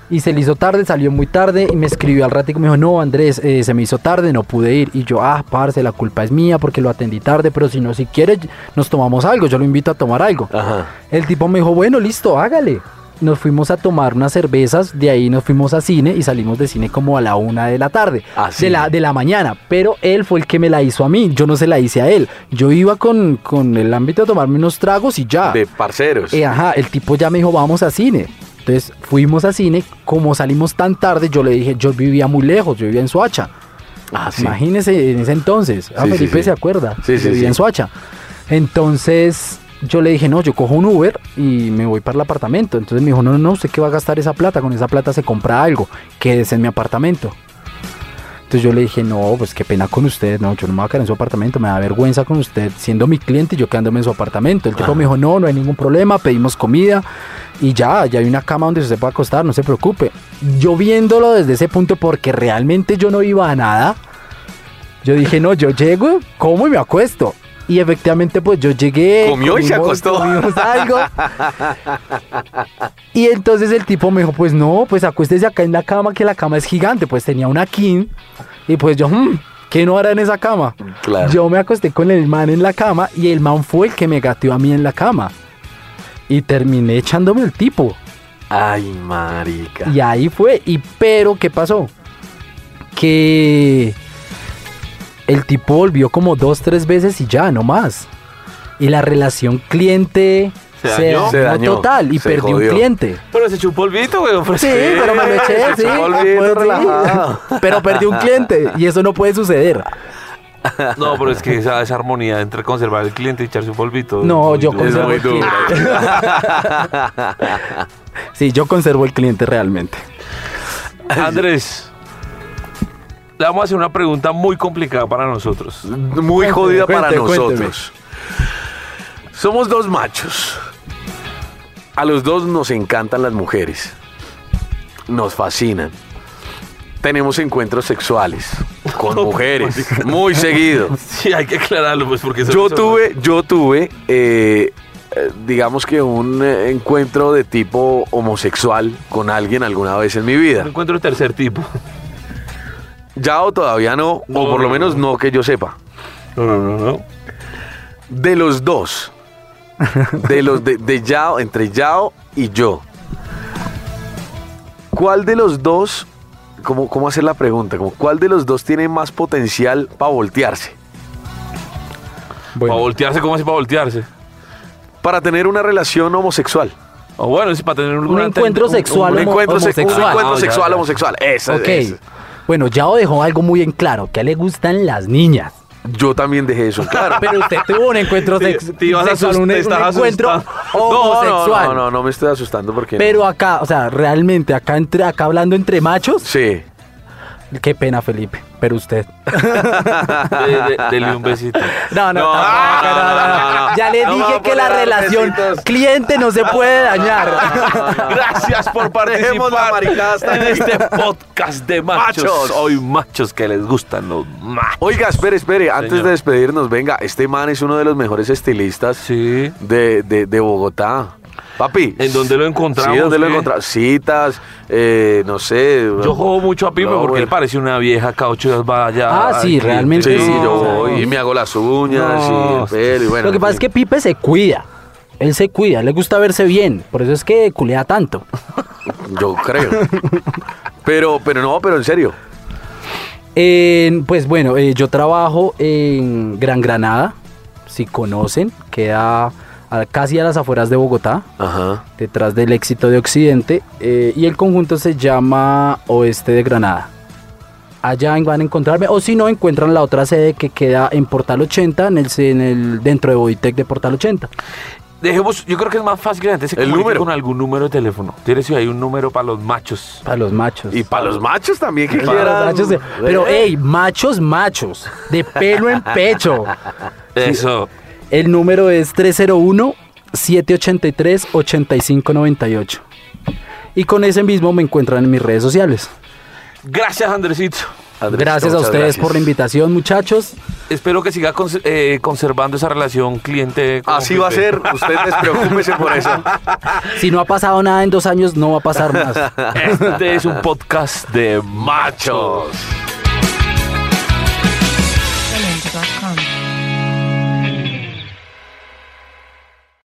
Y se le hizo tarde, salió muy tarde y me escribió al ratico. Me dijo, no, Andrés, eh, se me hizo tarde, no pude ir. Y yo, ah, parce, la culpa es mía porque lo atendí tarde, pero si no, si quiere, nos tomamos algo. Yo lo invito a tomar algo. Ajá. El tipo me dijo, bueno, listo, hágale. Nos fuimos a tomar unas cervezas, de ahí nos fuimos a cine y salimos de cine como a la una de la tarde, Ah, sí. de, la, de la mañana. Pero él fue el que me la hizo a mí, yo no se la hice a él. Yo iba con, con el ámbito de tomarme unos tragos y ya. De parceros. Ah. Eh, ajá, el tipo ya me dijo, vamos a cine. Entonces fuimos a cine, como salimos tan tarde, yo le dije, yo vivía muy lejos, yo vivía en Soacha. ah, sí. Imagínese en ese entonces. Ah, Sí, sí, Felipe sí. se acuerda. Sí, Sí, sí, sí, sí. en Soacha. Entonces yo le dije, no, yo cojo un Uber y me voy para el apartamento. Entonces me dijo, no, no, no, usted qué va a gastar esa plata. Con esa plata se compra algo. Quédese en mi apartamento. Entonces yo le dije, no, pues qué pena con usted, no, yo no me voy a quedar en su apartamento, me da vergüenza con usted, siendo mi cliente y yo quedándome en su apartamento. El tipo Ah. me dijo, no, no hay ningún problema, pedimos comida y ya, ya hay una cama donde usted puede acostar, no se preocupe. Yo viéndolo desde ese punto, porque realmente yo no iba a nada, yo dije, no, yo llego, como y me acuesto. Y efectivamente, pues yo llegué. Comió y se comimos- acostó. comimos algo. y entonces el tipo me dijo, pues no, pues acuéstese acá en la cama, que la cama es gigante. Pues tenía una king. Y pues yo, "Mm, ¿qué no hará en esa cama? Claro. Yo me acosté con el man en la cama y el man fue el que me gateó a mí en la cama. Y terminé echándome el tipo. Ay, marica. Y ahí fue. Y pero, ¿qué pasó? Que el tipo volvió como dos, tres veces y ya, no más. Y la relación cliente Se se, dañó. dañó Se dañó, total y se perdí jodió. un cliente. Pero se chupó el vito, weón. pues, Sí, pero me lo eché, sí. se volvió pues sí. relajado. Pero perdí un cliente y eso no puede suceder. No, pero es que esa, esa armonía entre conservar al cliente y echarse un polvito. No, muy yo dura. conservo el cliente. Sí, yo conservo el cliente realmente. Andrés, le vamos a hacer una pregunta muy complicada para nosotros. Muy jodida para cuénteme, nosotros. Somos dos machos. A los dos nos encantan las mujeres. Nos fascinan. Tenemos encuentros sexuales con mujeres muy seguido. Sí, hay que aclararlo, pues, porque... Yo tuve, yo tuve, eh, eh, digamos que un eh, encuentro de tipo homosexual con alguien alguna vez en mi Un vida. encuentro de tercer tipo. Ya o todavía no, No, o por lo no, menos no que yo sepa. No, no, no, no. De los dos. De los de, de Yao, entre Yao y yo. ¿Cuál de los dos, cómo, cómo hacer la pregunta? Como, ¿Cuál de los dos tiene más potencial para voltearse? Para voltearse, ¿cómo así para voltearse? Para tener una relación homosexual. O bueno, sí, para tener Un encuentro sexual Un homo- encuentro, se- un homosexual. encuentro Ah, ya, sexual ya. homosexual. Esa Ok. esa. Bueno, ya dejó algo muy en claro, que a él le gustan las niñas. Yo también dejé eso, claro. Pero usted tuvo un encuentro Te- sex- te ibas a sexual, asustar, un, te un estabas encuentro asustando. no, no, homosexual. no, no, no me estoy asustando porque. Pero acá, o sea, realmente, acá entre, acá hablando entre machos, Sí. qué pena, Felipe. Pero usted. Dele un besito. No, no, No, tampoco, no, no, no, no, no. Ya le No me voy dije a que poner la a dar relación besitos. cliente no se puede dañar. Gracias por Dejemos la participar maricada hasta en aquí. este podcast de machos. Machos. Hoy machos que les gustan los machos. Oiga, espere, espere. Antes Señor. de despedirnos, venga, este man es uno de los mejores estilistas Sí. de, de- de Bogotá. Papi. ¿En dónde lo encontramos, Sí, ¿dónde lo qué? encontramos? Citas, eh, no sé. Yo juego mucho a Pipe No, porque bueno. él parece una vieja caucho vaya. Ah, sí, Ay, realmente Sí, No, yo voy no. y me hago las uñas y No. el pelo y bueno. Lo que en pasa es fin. que Pipe se cuida. Él se cuida, le gusta verse bien. Por eso es que culea tanto. Yo creo. pero, pero no, pero en serio. En- pues bueno, eh, yo trabajo en Gran Granada, si conocen, queda a- casi a las afueras de Bogotá, Ajá. detrás del éxito de Occidente, eh, y el conjunto se llama Oeste de Granada. Allá en- van a encontrarme, o si no, encuentran la otra sede que queda en Portal 80, en el, ce- en el, dentro de Boditec de Portal 80. Dejemos, yo creo que es más fácil que la gente se El comunique número. con algún número de teléfono. Tienes ahí un número para los machos. Para los machos. Y Eh. para los machos también que Para los quieran. machos de- pero, hey, machos, machos, de pelo en pecho. Eso. El número es 301-783-8598. Y con ese mismo me encuentran en mis redes sociales. Gracias, Andresito. Andresito, gracias a muchas ustedes por la gracias. invitación, muchachos. Espero que siga cons- eh, conservando esa relación cliente. con Así va a Felipe. ser, usted despreocúpese por eso. Si no ha pasado nada en dos años, no va a pasar más. Este es un podcast de machos.